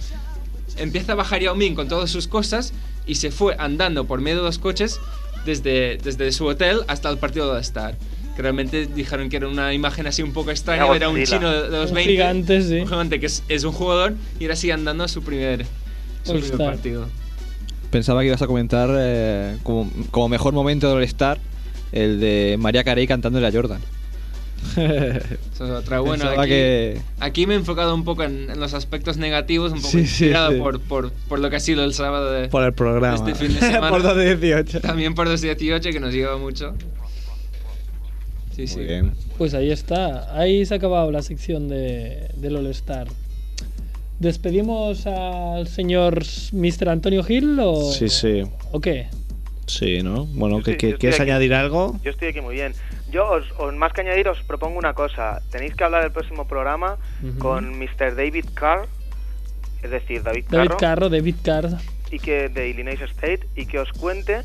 Speaker 4: empieza a bajar Yao Ming con todas sus cosas y se fue andando por medio de los coches desde, desde su hotel hasta el partido de All-Star. Que realmente dijeron que era una imagen así un poco extraña,
Speaker 7: Una
Speaker 4: era un
Speaker 7: Godzilla.
Speaker 4: chino de los
Speaker 6: Un
Speaker 4: 20.
Speaker 6: gigante, sí.
Speaker 4: Un gigante que es, es un jugador y ahora sigue andando a su primer, su primer
Speaker 6: All-Star.
Speaker 4: partido.
Speaker 3: Pensaba que ibas a comentar eh, como, como mejor momento del All-Star el de María Carey cantándole a Jordan.
Speaker 4: Esa es otra buena.
Speaker 3: Pensaba
Speaker 4: Ah, Aquí,
Speaker 3: que-
Speaker 4: aquí me he enfocado un poco en, en los aspectos negativos, un poco
Speaker 2: Sí, sí,
Speaker 4: inspirado
Speaker 2: sí.
Speaker 4: Por, por, por lo que ha sido el sábado de,
Speaker 2: Por el programa.
Speaker 4: Este fin de semana.
Speaker 2: Por 218.
Speaker 4: también por 2018 que nos lleva mucho. Sí, sí.
Speaker 3: Muy bien.
Speaker 6: Pues ahí está. Ahí se ha acabado la sección de, del All-Star. ¿Despedimos al señor Mr. Antonio Gil o,
Speaker 2: Sí, sí.
Speaker 6: o qué?
Speaker 2: Sí, ¿no? Bueno,
Speaker 7: Yo
Speaker 2: ¿que,
Speaker 7: estoy-
Speaker 2: que-
Speaker 7: yo estoy
Speaker 2: ¿quieres
Speaker 7: aquí.
Speaker 2: añadir algo?
Speaker 7: Yo estoy aquí muy bien. Yo, os, os- más que añadir, os propongo una cosa. Tenéis que hablar el próximo programa con Mr. David Carr, es decir, David,
Speaker 6: David
Speaker 7: Carro,
Speaker 6: Carro, David Carr.
Speaker 7: y que, de Illinois State, y que os cuente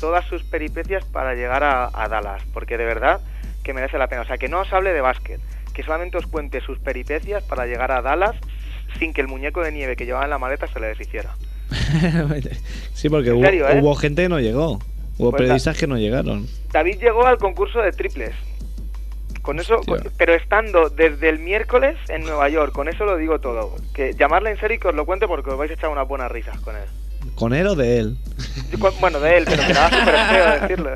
Speaker 7: todas sus peripecias para llegar a, a Dallas, porque de verdad que merece la pena. O sea, que no os hable de básquet, que solamente os cuente sus peripecias para llegar a Dallas sin que el muñeco de nieve que llevaba en la maleta se le deshiciera.
Speaker 2: sí, porque
Speaker 7: En
Speaker 2: hubo,
Speaker 7: serio, ¿eh?
Speaker 2: hubo gente que no llegó. Hubo
Speaker 7: Pues
Speaker 2: periodistas que no llegaron.
Speaker 7: David llegó al concurso de triples. Con eso, con- pero estando desde el miércoles en Nueva York, con eso lo digo todo. Que llamarle en serio y que os lo cuente porque os vais a echar unas buenas risas con él.
Speaker 2: ¿Con él o de él?
Speaker 7: Yo con- Bueno, de él, pero que nada, súper feo decirlo.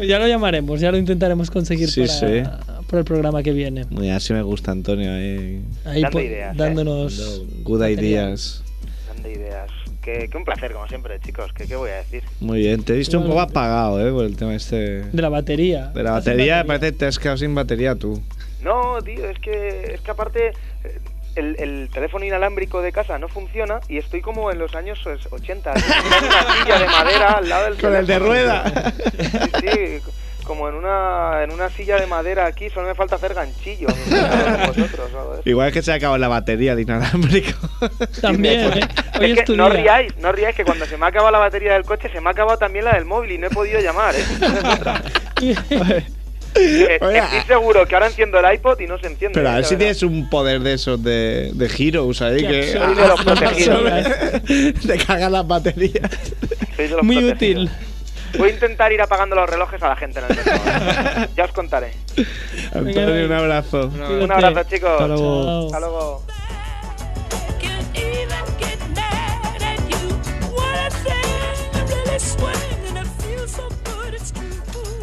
Speaker 7: ¿eh?
Speaker 6: Ya lo llamaremos, ya lo intentaremos conseguir
Speaker 2: Sí,
Speaker 6: para, por el programa que viene.
Speaker 2: Mira, así me gusta, Antonio. eh.
Speaker 6: Ahí
Speaker 7: Dando
Speaker 6: po-
Speaker 7: ideas, ¿eh?
Speaker 6: dándonos.
Speaker 2: Good
Speaker 6: material.
Speaker 2: ideas.
Speaker 7: Dando ideas. Que, que un placer, como siempre, chicos. Que qué voy a decir.
Speaker 2: Muy bien. Te he visto un poco
Speaker 6: Igualmente.
Speaker 2: apagado, ¿eh? Por el tema este.
Speaker 6: De la batería.
Speaker 2: De la
Speaker 6: Hacen
Speaker 2: batería, parece que te has quedado sin batería tú.
Speaker 7: No, tío, es que, es que aparte eh, el, el teléfono inalámbrico de casa no funciona y estoy como en los años pues, 80. así, en una silla de madera al lado del
Speaker 2: Con el de
Speaker 7: teléfono.
Speaker 2: rueda.
Speaker 7: Sí, sí, como en una, en una silla de madera aquí, solo me falta hacer ganchillo. Vosotros, ¿no? Es
Speaker 2: Igual es que se ha acabado la batería del inalámbrico.
Speaker 6: También, ¿eh? Hoy es,
Speaker 7: que
Speaker 6: tu
Speaker 7: no
Speaker 6: día.
Speaker 7: riáis, no riáis, que cuando se me ha acabado la batería del coche, se me ha acabado también la del móvil y no he podido llamar, ¿eh? Eh,
Speaker 2: Oiga.
Speaker 7: Estoy seguro que ahora enciendo el iPod y no se enciende.
Speaker 2: Pero a
Speaker 7: ¿eh?
Speaker 2: ver
Speaker 7: La
Speaker 2: si
Speaker 7: verdad.
Speaker 2: tienes un poder de esos de, de Heroes ahí
Speaker 6: Que
Speaker 2: que. Ah,
Speaker 6: absorbe
Speaker 7: los protegidos.
Speaker 2: absorbe- te cagan las baterías.
Speaker 7: Sois de los
Speaker 6: Muy
Speaker 7: protegidos.
Speaker 6: útil.
Speaker 7: Voy a intentar ir apagando los relojes a la gente en el mercado. ya os contaré.
Speaker 2: Antonio, un abrazo.
Speaker 7: Un abrazo, chicos.
Speaker 2: Hasta luego.
Speaker 6: Chao.
Speaker 7: Hasta luego.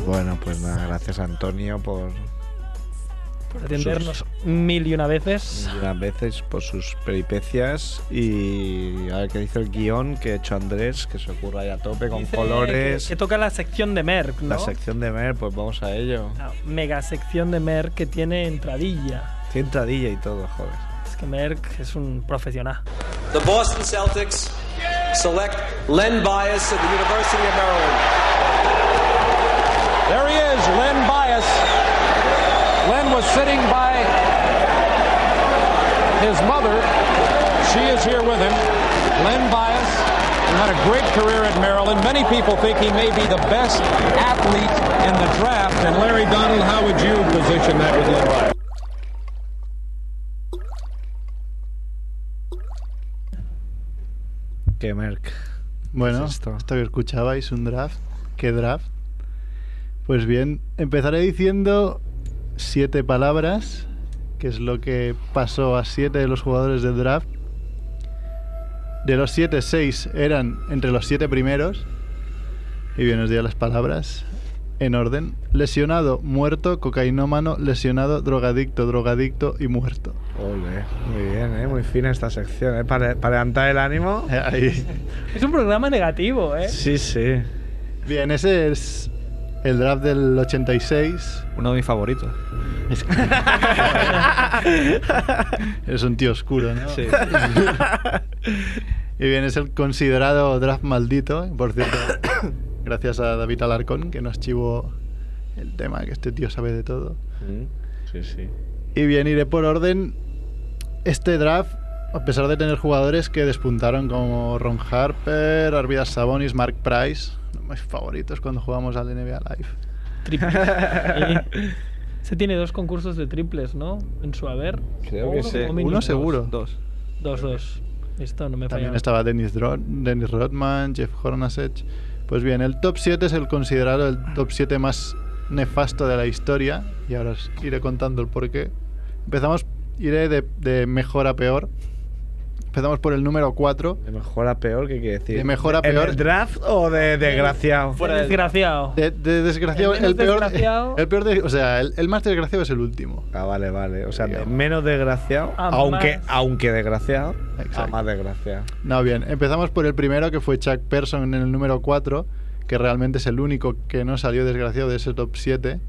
Speaker 2: Bueno, pues nada, gracias Antonio por
Speaker 6: por atendernos mil y una veces.
Speaker 2: Unas veces por sus peripecias y a ver qué dice el guión que ha hecho Andrés, que se ocurra ahí a tope con
Speaker 6: Dice
Speaker 2: colores.
Speaker 6: Que, que toca la sección de Merck, ¿no?
Speaker 2: La sección de Mer, pues vamos a ello.
Speaker 6: La mega sección de Merck que tiene entradilla.
Speaker 2: Tiene entradilla y todo, joder.
Speaker 6: Es que Merck es un profesional.
Speaker 10: The Boston Celtics select Len Bias of the University of Maryland. There he is, Len Bias. Len was sitting by his mother. She is here with him. Len Bias had a great career at Maryland. Many people think he may be the best athlete in the draft. And Larry Donald, how would you position that with Len Bias?
Speaker 2: Qué Merck.
Speaker 8: Bueno,
Speaker 2: es esto?
Speaker 8: esto? que escuchabais, un draft. ¿Qué draft? Pues bien, empezaré diciendo siete palabras, que es lo que pasó a siete de los jugadores del draft. De los siete, seis eran entre los siete primeros. Y bien, os digo las palabras en orden. Lesionado, muerto, cocainómano, lesionado, drogadicto, drogadicto y muerto.
Speaker 2: Ole, muy bien, ¿eh? muy fina esta sección. ¿eh? Para, para levantar el ánimo.
Speaker 8: Ahí.
Speaker 6: Es un programa negativo, ¿eh?
Speaker 2: Sí, sí.
Speaker 8: Bien, ese es el draft del 86.
Speaker 11: Uno de mis favoritos.
Speaker 8: Es un tío oscuro, ¿no?
Speaker 11: Sí.
Speaker 8: Y bien, es el considerado draft maldito, por cierto. gracias a David Alarcón, que nos chivó el tema, que este tío sabe de todo.
Speaker 2: Mm. Sí, sí.
Speaker 8: Y bien, iré por orden. Este draft, a pesar de tener jugadores que despuntaron como Ron Harper, Arvidas Sabonis, Mark Price, mis favoritos cuando jugamos al NBA Live.
Speaker 6: Triples. Se tiene dos concursos de triples, ¿no? En su haber.
Speaker 11: Creo que
Speaker 6: Uno
Speaker 11: sí.
Speaker 6: como mínimo.
Speaker 8: Uno seguro.
Speaker 11: Dos.
Speaker 6: Dos, dos. Listo, no me
Speaker 8: También
Speaker 6: falla.
Speaker 8: estaba Dennis, Dro- Dennis Rodman, Jeff Hornacek. Pues bien, el top 7 es el considerado el top 7 más nefasto de la historia. Y ahora os iré contando el porqué. Empezamos, iré de, de mejor a peor. Empezamos por el número 4.
Speaker 2: De mejor a peor, ¿qué quiere decir?
Speaker 8: De mejor a
Speaker 2: ¿En
Speaker 8: peor.
Speaker 2: el draft o de desgraciado?
Speaker 6: Desgraciado.
Speaker 8: De, de desgraciado,
Speaker 6: El menos
Speaker 8: el, peor.
Speaker 6: desgraciado.
Speaker 8: El peor, de- o sea, el, el más desgraciado es el último.
Speaker 2: Ah, vale, vale. O sea, de menos desgraciado,
Speaker 6: A
Speaker 2: aunque,
Speaker 6: más.
Speaker 2: aunque desgraciado, a
Speaker 8: Exacto.
Speaker 2: más desgraciado.
Speaker 8: No, bien, empezamos por el primero que fue Chuck Person en el número 4, que realmente es el único que no salió desgraciado de ese top 7,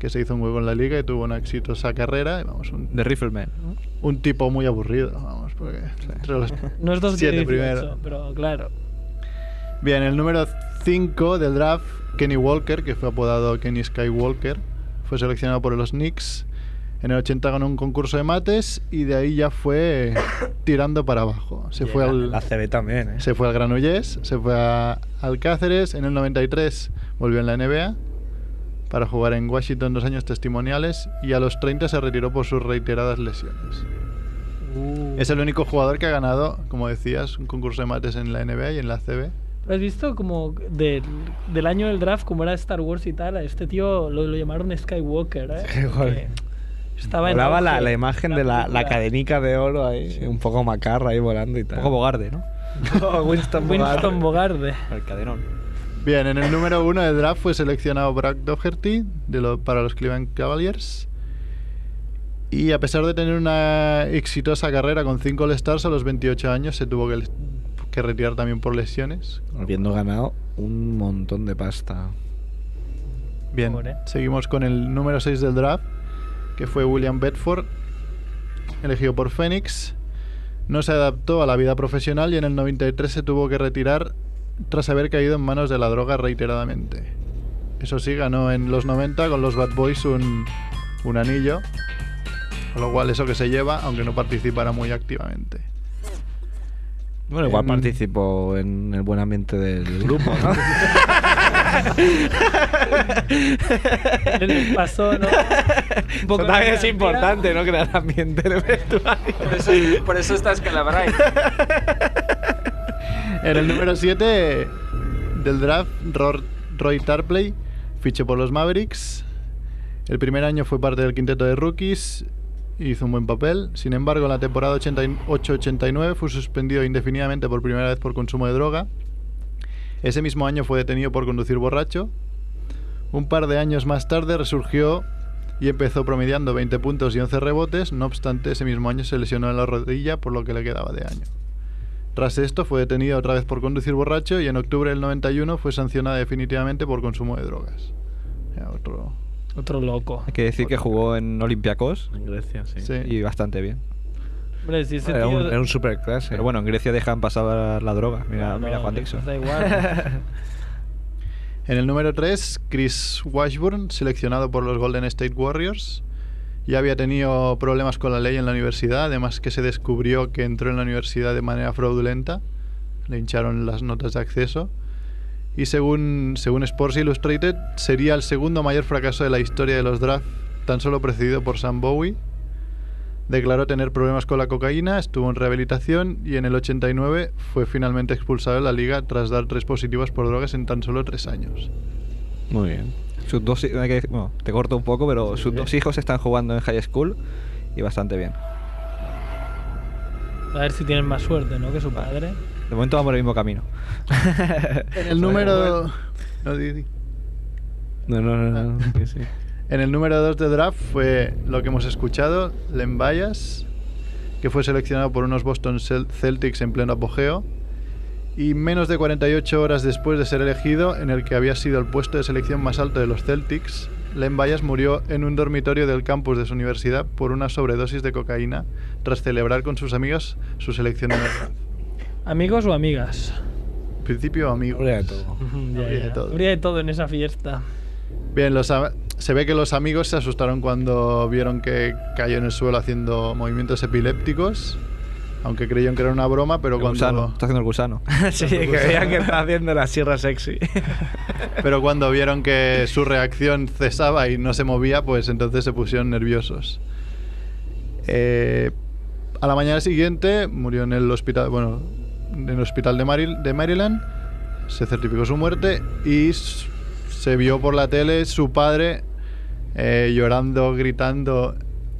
Speaker 8: que se hizo un huevo en la liga y tuvo una exitosa carrera. Y vamos, un,
Speaker 11: De Rifleman. ¿no?
Speaker 8: un tipo muy aburrido, vamos, porque entre los-
Speaker 6: No es dos
Speaker 8: Siete
Speaker 6: dieciocho,
Speaker 8: primero.
Speaker 6: pero claro.
Speaker 8: Bien, el número 5 del draft, Kenny Walker, que fue apodado Kenny Skywalker, fue seleccionado por los Knicks. En el 80 ganó un concurso de mates y de ahí ya fue tirando para abajo. Se fue al,
Speaker 2: La CB también, ¿eh?
Speaker 8: Se fue al Granollers, se fue a, al Cáceres, en el 93 volvió en la NBA para jugar en Washington dos años testimoniales y a los 30 se retiró por sus reiteradas lesiones.
Speaker 6: Uh.
Speaker 8: Es el único jugador que ha ganado, como decías, un concurso de mates en la NBA y en la CB.
Speaker 6: ¿Has visto como del, del año del draft, como era Star Wars y tal? A este tío lo, lo llamaron Skywalker, ¿eh?
Speaker 2: Skywalker.
Speaker 6: Que Estaba en
Speaker 2: Volaba la,
Speaker 6: auge.
Speaker 2: la imagen de la, la
Speaker 6: película.
Speaker 2: cadenica de oro ahí, un poco macarra ahí volando y
Speaker 11: Un
Speaker 2: tal.
Speaker 11: poco bogarde, ¿no?
Speaker 2: Winston
Speaker 6: Winston Bogarde.
Speaker 11: El cadenón.
Speaker 8: Bien, en el número uno del draft fue seleccionado Brock Doherty de lo- para los Cleveland Cavaliers. Y a pesar de tener una exitosa carrera con 5 All-Stars, a los 28 años se tuvo que, les- que retirar también por lesiones.
Speaker 2: Habiendo ganado un montón de pasta.
Speaker 8: Bien,
Speaker 6: Pobre.
Speaker 8: seguimos con el número 6 del draft, que fue William Bedford, elegido por Phoenix. No se adaptó a la vida profesional y en el 93 se tuvo que retirar tras haber caído en manos de la droga reiteradamente. Eso sí, ganó en los 90 con los Bad Boys un, un anillo, con lo cual eso que se lleva, aunque no participara muy activamente.
Speaker 2: Bueno, igual
Speaker 8: En-
Speaker 2: participó en el buen ambiente del grupo, ¿no?
Speaker 6: Les pasó, ¿no? Un poco
Speaker 2: Eso también es
Speaker 6: de
Speaker 2: importante, ¿no? Crear ambiente en el vestuario.
Speaker 4: Por eso, por eso estás que la
Speaker 8: En el número 7 del draft, Ror- Roy Tarpley fichó por los Mavericks. El primer año fue parte del quinteto de rookies y hizo un buen papel. Sin embargo, en la temporada 88-89 fue suspendido indefinidamente por primera vez por consumo de droga. Ese mismo año fue detenido por conducir borracho. Un par de años más tarde resurgió y empezó promediando 20 puntos y 11 rebotes, no obstante ese mismo año se lesionó en la rodilla por lo que le quedaba de año. Tras esto fue detenido otra vez por conducir borracho y en octubre del 91 fue sancionada definitivamente por consumo de drogas. Ya, otro...
Speaker 6: Otro loco.
Speaker 11: Hay que decir que jugó en Olympiacos
Speaker 2: En Grecia, sí.
Speaker 8: Sí.
Speaker 11: y bastante bien.
Speaker 6: Hombre, si ese
Speaker 2: Era
Speaker 6: tío-
Speaker 2: un, era un superclase.
Speaker 11: Pero bueno, en Grecia dejan pasar la droga. Mira,
Speaker 6: No,
Speaker 11: mira Juan
Speaker 6: hombre,
Speaker 11: Dixon.
Speaker 6: Da igual.
Speaker 8: En el número 3, Chris Washburn, seleccionado por los Golden State Warriors. Ya había tenido problemas con la ley en la universidad, además que se descubrió que entró en la universidad de manera fraudulenta. Le hincharon las notas de acceso. Y según, según Sports Illustrated, sería el segundo mayor fracaso de la historia de los drafts, tan solo precedido por Sam Bowie. Declaró tener problemas con la cocaína, estuvo en rehabilitación y en el 89 fue finalmente expulsado de la liga tras dar tres positivas por drogas en tan solo tres años.
Speaker 11: Muy bien. Sus dos, hi- hay que decir- bueno, te corto un poco, pero sus dos hijos están jugando en high school y bastante bien.
Speaker 6: A ver si tienen más suerte, ¿no? Que su padre.
Speaker 11: De momento vamos por el mismo camino.
Speaker 8: En el número... no, di, di.
Speaker 2: No, no, no. no,
Speaker 8: Ah.
Speaker 2: sí, sí.
Speaker 8: En el número 2 de draft fue lo que hemos escuchado, Lembayas, que fue seleccionado por unos Boston Cel- Celtics en pleno apogeo. Y menos de 48 horas después de ser elegido, en el que había sido el puesto de selección más alto de los Celtics, Lembayas murió en un dormitorio del campus de su universidad por una sobredosis de cocaína tras celebrar con sus amigos su selección en el draft.
Speaker 6: ¿Amigos o amigas?
Speaker 8: En principio, amigos.
Speaker 2: Habría de todo.
Speaker 6: Ya,
Speaker 8: Habría de
Speaker 6: ya.
Speaker 8: todo.
Speaker 6: Habría de todo en esa fiesta.
Speaker 8: Bien, los a- se ve que los amigos se asustaron cuando vieron que cayó en el suelo haciendo movimientos epilépticos, aunque creyeron que era una broma, pero
Speaker 11: El gusano,
Speaker 8: cuando,
Speaker 11: está haciendo el gusano.
Speaker 2: sí, que veían que estaba haciendo la sierra sexy.
Speaker 8: pero cuando vieron que su reacción cesaba y no se movía, pues entonces se pusieron nerviosos. Eh, a la mañana siguiente murió en el hospital, bueno, en el hospital de, Maril- de Maryland, se certificó su muerte y s- se vio por la tele su padre eh, llorando, gritando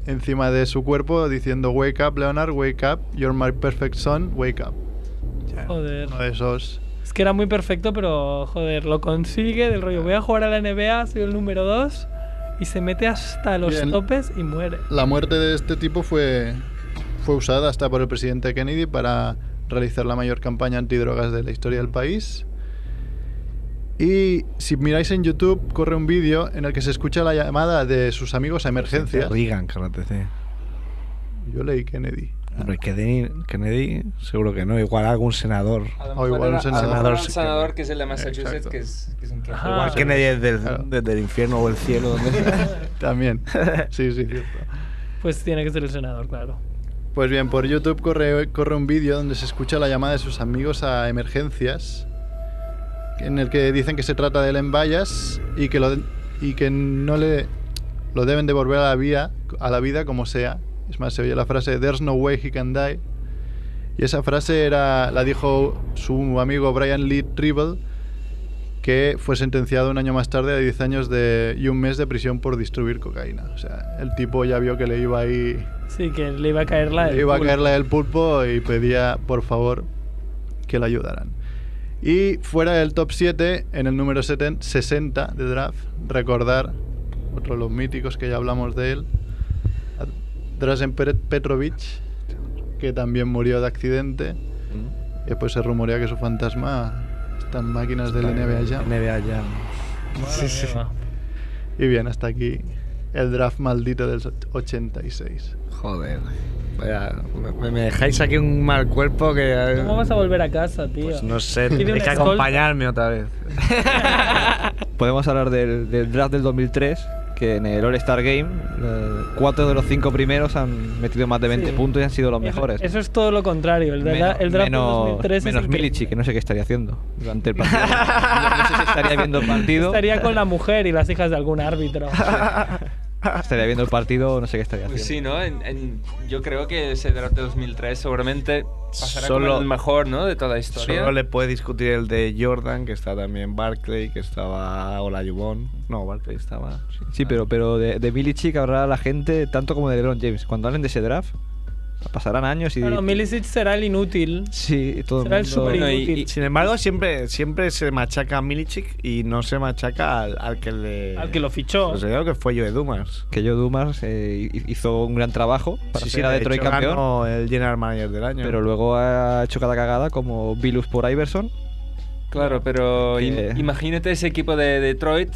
Speaker 8: encima de su cuerpo, diciendo Wake up, Leonard, wake up, you're my perfect son, wake up.
Speaker 6: Joder.
Speaker 8: Uno de esos.
Speaker 6: Es que era muy perfecto, pero joder, lo consigue del rollo. Voy a jugar a la NBA, soy el número 2 y se mete hasta los
Speaker 8: Bien.
Speaker 6: topes y muere.
Speaker 8: La muerte de este tipo fue, fue usada hasta por el presidente Kennedy para realizar la mayor campaña antidrogas de la historia del país. Y si miráis en YouTube, corre un vídeo en el que se escucha la llamada de sus amigos a emergencias.
Speaker 2: Reagan, cárrate, sí.
Speaker 6: Ah.
Speaker 8: Yo leí Kennedy.
Speaker 2: Hombre, Kennedy, Kennedy, seguro que no. Igual algún senador.
Speaker 8: O igual un senador.
Speaker 2: Oh, Senador, sí,
Speaker 4: un senador
Speaker 2: que-
Speaker 4: que es el de Massachusetts,
Speaker 8: Exacto.
Speaker 4: que es, que es un crack.
Speaker 6: Ah.
Speaker 2: Igual Kennedy desde el,
Speaker 8: Claro.
Speaker 2: desde el infierno o el cielo. donde sea.
Speaker 8: También. Sí, sí, cierto.
Speaker 6: Pues tiene que ser el senador, claro.
Speaker 8: Pues bien, por YouTube corre, corre un vídeo donde se escucha la llamada de sus amigos a emergencias, en el que dicen que se trata de Len Bayas y que, lo, y que no le lo deben devolver a la, vida, a la vida como sea. Es más, se oye la frase There's no way he can die. Y esa frase era, la dijo su amigo Brian Lee Tribble, que fue sentenciado un año más tarde a 10 años de, y un mes de prisión por distribuir cocaína. O sea, el tipo ya vio que le iba ahí
Speaker 6: Sí, que le iba a caer la. del
Speaker 8: iba a
Speaker 6: culo.
Speaker 8: caerle el pulpo y pedía por favor que le ayudaran. Y fuera del top 7, en el número 70 60 de draft, recordar otro de los míticos que ya hablamos de él, a Drazen Pet- Petrovic, que también murió de accidente. Y después se rumorea que su fantasma están máquinas del NBA ya.
Speaker 2: NBA ya.
Speaker 6: Sí, sí.
Speaker 8: Y bien, hasta aquí el draft maldito del 86.
Speaker 2: Joder. Vaya, me, me dejáis aquí un mal cuerpo que. eh,
Speaker 6: ¿Cómo vas a volver a casa, tío?
Speaker 2: Pues no sé,
Speaker 6: Pide
Speaker 2: tenéis
Speaker 6: una
Speaker 2: que
Speaker 6: escolta.
Speaker 2: acompañarme otra vez.
Speaker 11: Podemos hablar del, del draft del 2003, que en el All-Star Game, eh, cuatro de los cinco primeros han metido más de 20
Speaker 6: Sí.
Speaker 11: puntos y han sido los
Speaker 6: Eso-
Speaker 11: mejores.
Speaker 6: Eso, es todo lo contrario. El, dra-
Speaker 11: Menos-
Speaker 6: el draft de
Speaker 11: menos,
Speaker 6: 2013 es
Speaker 11: menos
Speaker 6: increíble.
Speaker 11: Milici, que no sé qué estaría haciendo durante el partido. no, no sé si estaría viendo el partido.
Speaker 6: Estaría con la mujer y las hijas de algún árbitro.
Speaker 11: Estaría viendo el partido, no sé qué estaría haciendo.
Speaker 4: Pues sí, ¿no? En- en- yo creo que ese draft de 2003 seguramente pasará
Speaker 2: Solo-
Speaker 4: como el mejor, ¿no? De toda la historia.
Speaker 2: Solo le puede discutir el de Jordan, que está también Barclay, que estaba Olajuwon. No, Barclay estaba.
Speaker 11: Sí, pero, pero de, de Milicic habrá la gente tanto como de LeBron James. Cuando hablen de ese draft,
Speaker 3: Pasarán años y.
Speaker 6: Claro, Milicic será el inútil.
Speaker 3: Sí, todo
Speaker 6: Será el
Speaker 3: el mundo.
Speaker 6: súper
Speaker 4: No, y-
Speaker 6: inútil.
Speaker 4: y-
Speaker 2: Sin embargo, siempre, siempre se machaca a Milicic y no se machaca al, al que le.
Speaker 6: Al que lo fichó.
Speaker 2: Pues yo creo que fue Joe Dumas.
Speaker 3: que Joe Dumas eh, hi- hizo un gran trabajo para
Speaker 2: Sí, sí,
Speaker 3: ser a
Speaker 2: de
Speaker 3: Detroit
Speaker 2: hecho,
Speaker 3: campeón,
Speaker 2: ganó el General Manager del año.
Speaker 3: pero luego ha hecho cada cagada como Vilus por Iverson.
Speaker 4: Claro, pero im-
Speaker 3: Que-
Speaker 4: imagínate ese equipo de Detroit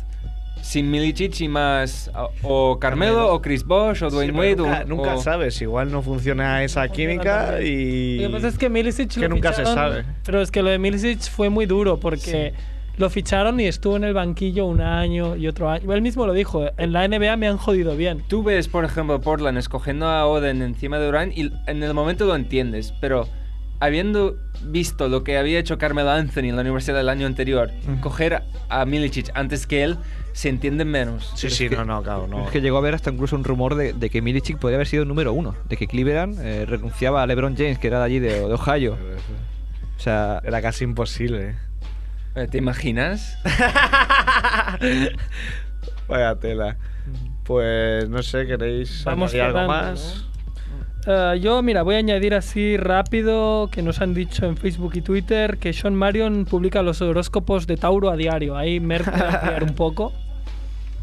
Speaker 4: sin Milicic y más a- o Carmelo,
Speaker 2: Carmelo.
Speaker 4: o Chris Bosh o
Speaker 2: Sí,
Speaker 4: Dwayne
Speaker 2: pero
Speaker 4: Wade.
Speaker 2: Nunca,
Speaker 4: o-
Speaker 2: nunca
Speaker 4: o-
Speaker 2: sabes, igual no funciona esa química y.
Speaker 6: Lo que pasa es que Milicic
Speaker 2: que
Speaker 6: lo
Speaker 2: nunca se
Speaker 6: ficharon,
Speaker 2: sabe.
Speaker 6: Pero es que lo de Milicic fue muy duro porque lo ficharon y estuvo en el banquillo un año y otro año. Él mismo lo dijo, en la NBA me han jodido bien.
Speaker 4: Tú ves, por ejemplo, Portland escogiendo a Oden encima de Durant y en el momento lo entiendes, pero habiendo visto lo que había hecho Carmelo Anthony en la universidad el año anterior, coger a Milicic antes que él se entiende menos.
Speaker 2: Sí, sí, no, no, claro, no.
Speaker 3: Es que llegó a haber hasta incluso un rumor de, de que Milicic podría haber sido el número uno, de que Cleveland eh, renunciaba a LeBron James, que era de allí, de, de Ohio. O sea,
Speaker 2: Era casi imposible.
Speaker 4: Eh, ¿Te imaginas?
Speaker 2: Vaya tela. Pues no sé, ¿queréis
Speaker 6: Vamos
Speaker 2: añadir algo
Speaker 6: cerrando,
Speaker 2: más?
Speaker 6: Eh, yo, mira, voy a añadir así rápido que nos han dicho en Facebook y Twitter que Sean Marion publica los horóscopos de Tauro a diario. Ahí Merck puede ampliar un poco.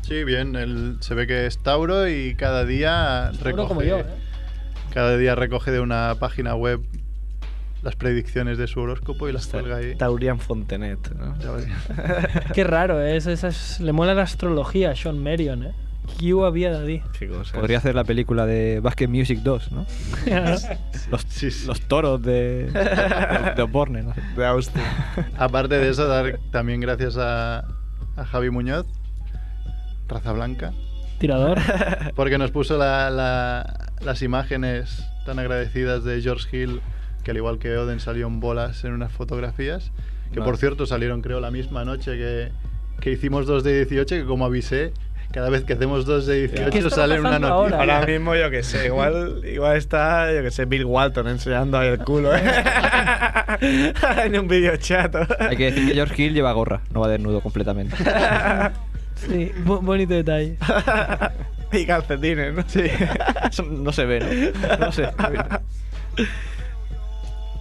Speaker 8: Sí, bien, él se ve que es Tauro y cada día
Speaker 6: Tauro
Speaker 8: recoge,
Speaker 6: como yo, ¿eh?
Speaker 8: cada día recoge de una página web las predicciones de su horóscopo y las cuelga ahí.
Speaker 2: Taurian Fontenet, ¿no?
Speaker 8: Ya ves.
Speaker 6: Qué raro, ¿eh? Es- esas- le mola la astrología a Sean Marion, ¿eh? ¿Qué había de ahí?
Speaker 2: Qué cosas.
Speaker 3: podría hacer la película de Basket Music 2, ¿no? Los,
Speaker 8: Sí, sí.
Speaker 3: los toros de, de, de Osborne, no sé.
Speaker 2: De Austin.
Speaker 8: Aparte de eso, dar también gracias a, a Javi Muñoz, raza blanca,
Speaker 6: Tirador.
Speaker 8: porque nos puso la- la- las imágenes tan agradecidas de George Hill, que al igual que Oden salió en bolas en unas fotografías, que por cierto salieron creo la misma noche que, que hicimos 2 de 18, que como avisé, cada vez que hacemos 2 de
Speaker 6: ¿Qué
Speaker 8: 18
Speaker 6: estará
Speaker 8: sale una
Speaker 6: pasando
Speaker 8: noticia.
Speaker 6: ahora?
Speaker 2: Ahora mismo, yo que sé, igual, igual está, yo que sé, Bill Walton enseñando ahí el culo, ¿eh? en un video chato.
Speaker 3: Hay que decir que George Hill lleva gorra, no va desnudo completamente.
Speaker 6: Sí, bu- bonito detalle.
Speaker 2: y calcetines, ¿no?
Speaker 3: Sí, Eso no se ve, ¿no? No sé.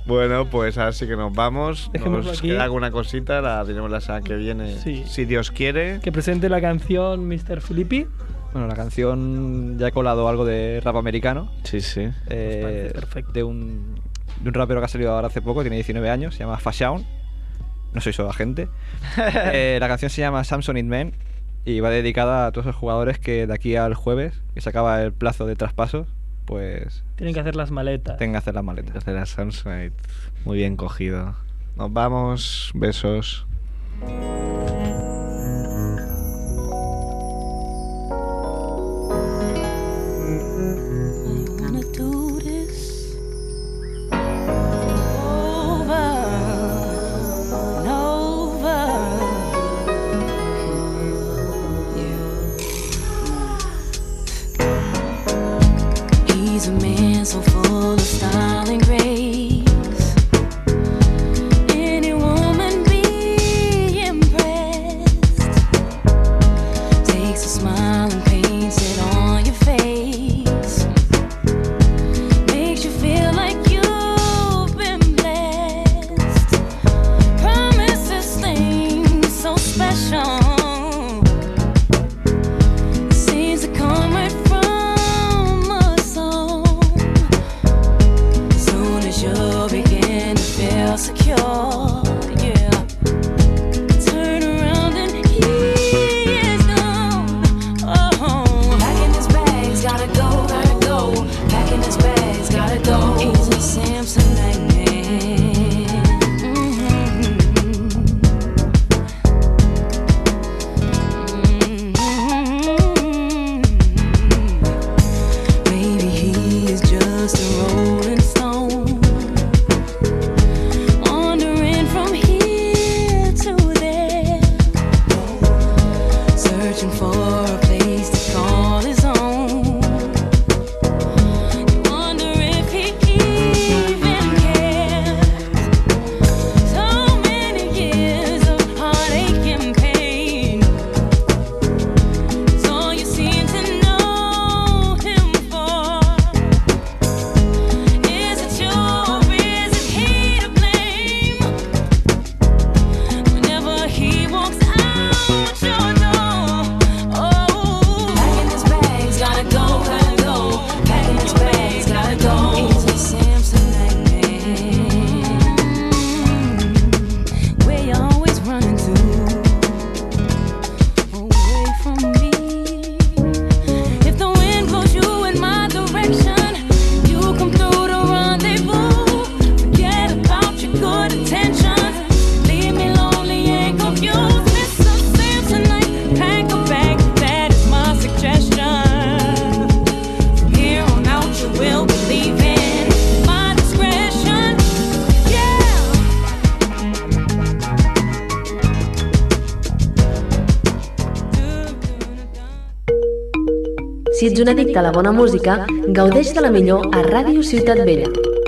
Speaker 2: Bueno, pues ahora sí que nos vamos.
Speaker 6: Dejémoslo
Speaker 2: nos
Speaker 6: aquí.
Speaker 2: queda alguna cosita, la diremos la semana que viene,
Speaker 6: Sí.
Speaker 2: si Dios quiere.
Speaker 6: Que presente la canción Mr. Filippi.
Speaker 3: Bueno, la canción ya he colado algo de rap americano.
Speaker 2: Sí, sí.
Speaker 3: eh,
Speaker 6: parece perfecto.
Speaker 3: De un, de un rapero que ha salido ahora hace poco, tiene 19 años, se llama Fashawn. No soy solo agente. Eh, la canción se llama Samson in Men y va dedicada a todos los jugadores que de aquí al jueves, que se acaba el plazo de traspasos, pues
Speaker 6: Tienen que hacer las maletas.
Speaker 3: tengan que hacer las maletas.
Speaker 2: Desde la Samsonite. Muy bien cogido. Nos vamos. Besos.
Speaker 12: gonna do this over and over. Yeah. He's a man so full of style and grace. Any woman be impressed. Oh. Mm-hmm. Mm-hmm. oh. Si ets un addicte a la bona música, gaudeix de la millor a Ràdio Ciutat Vella.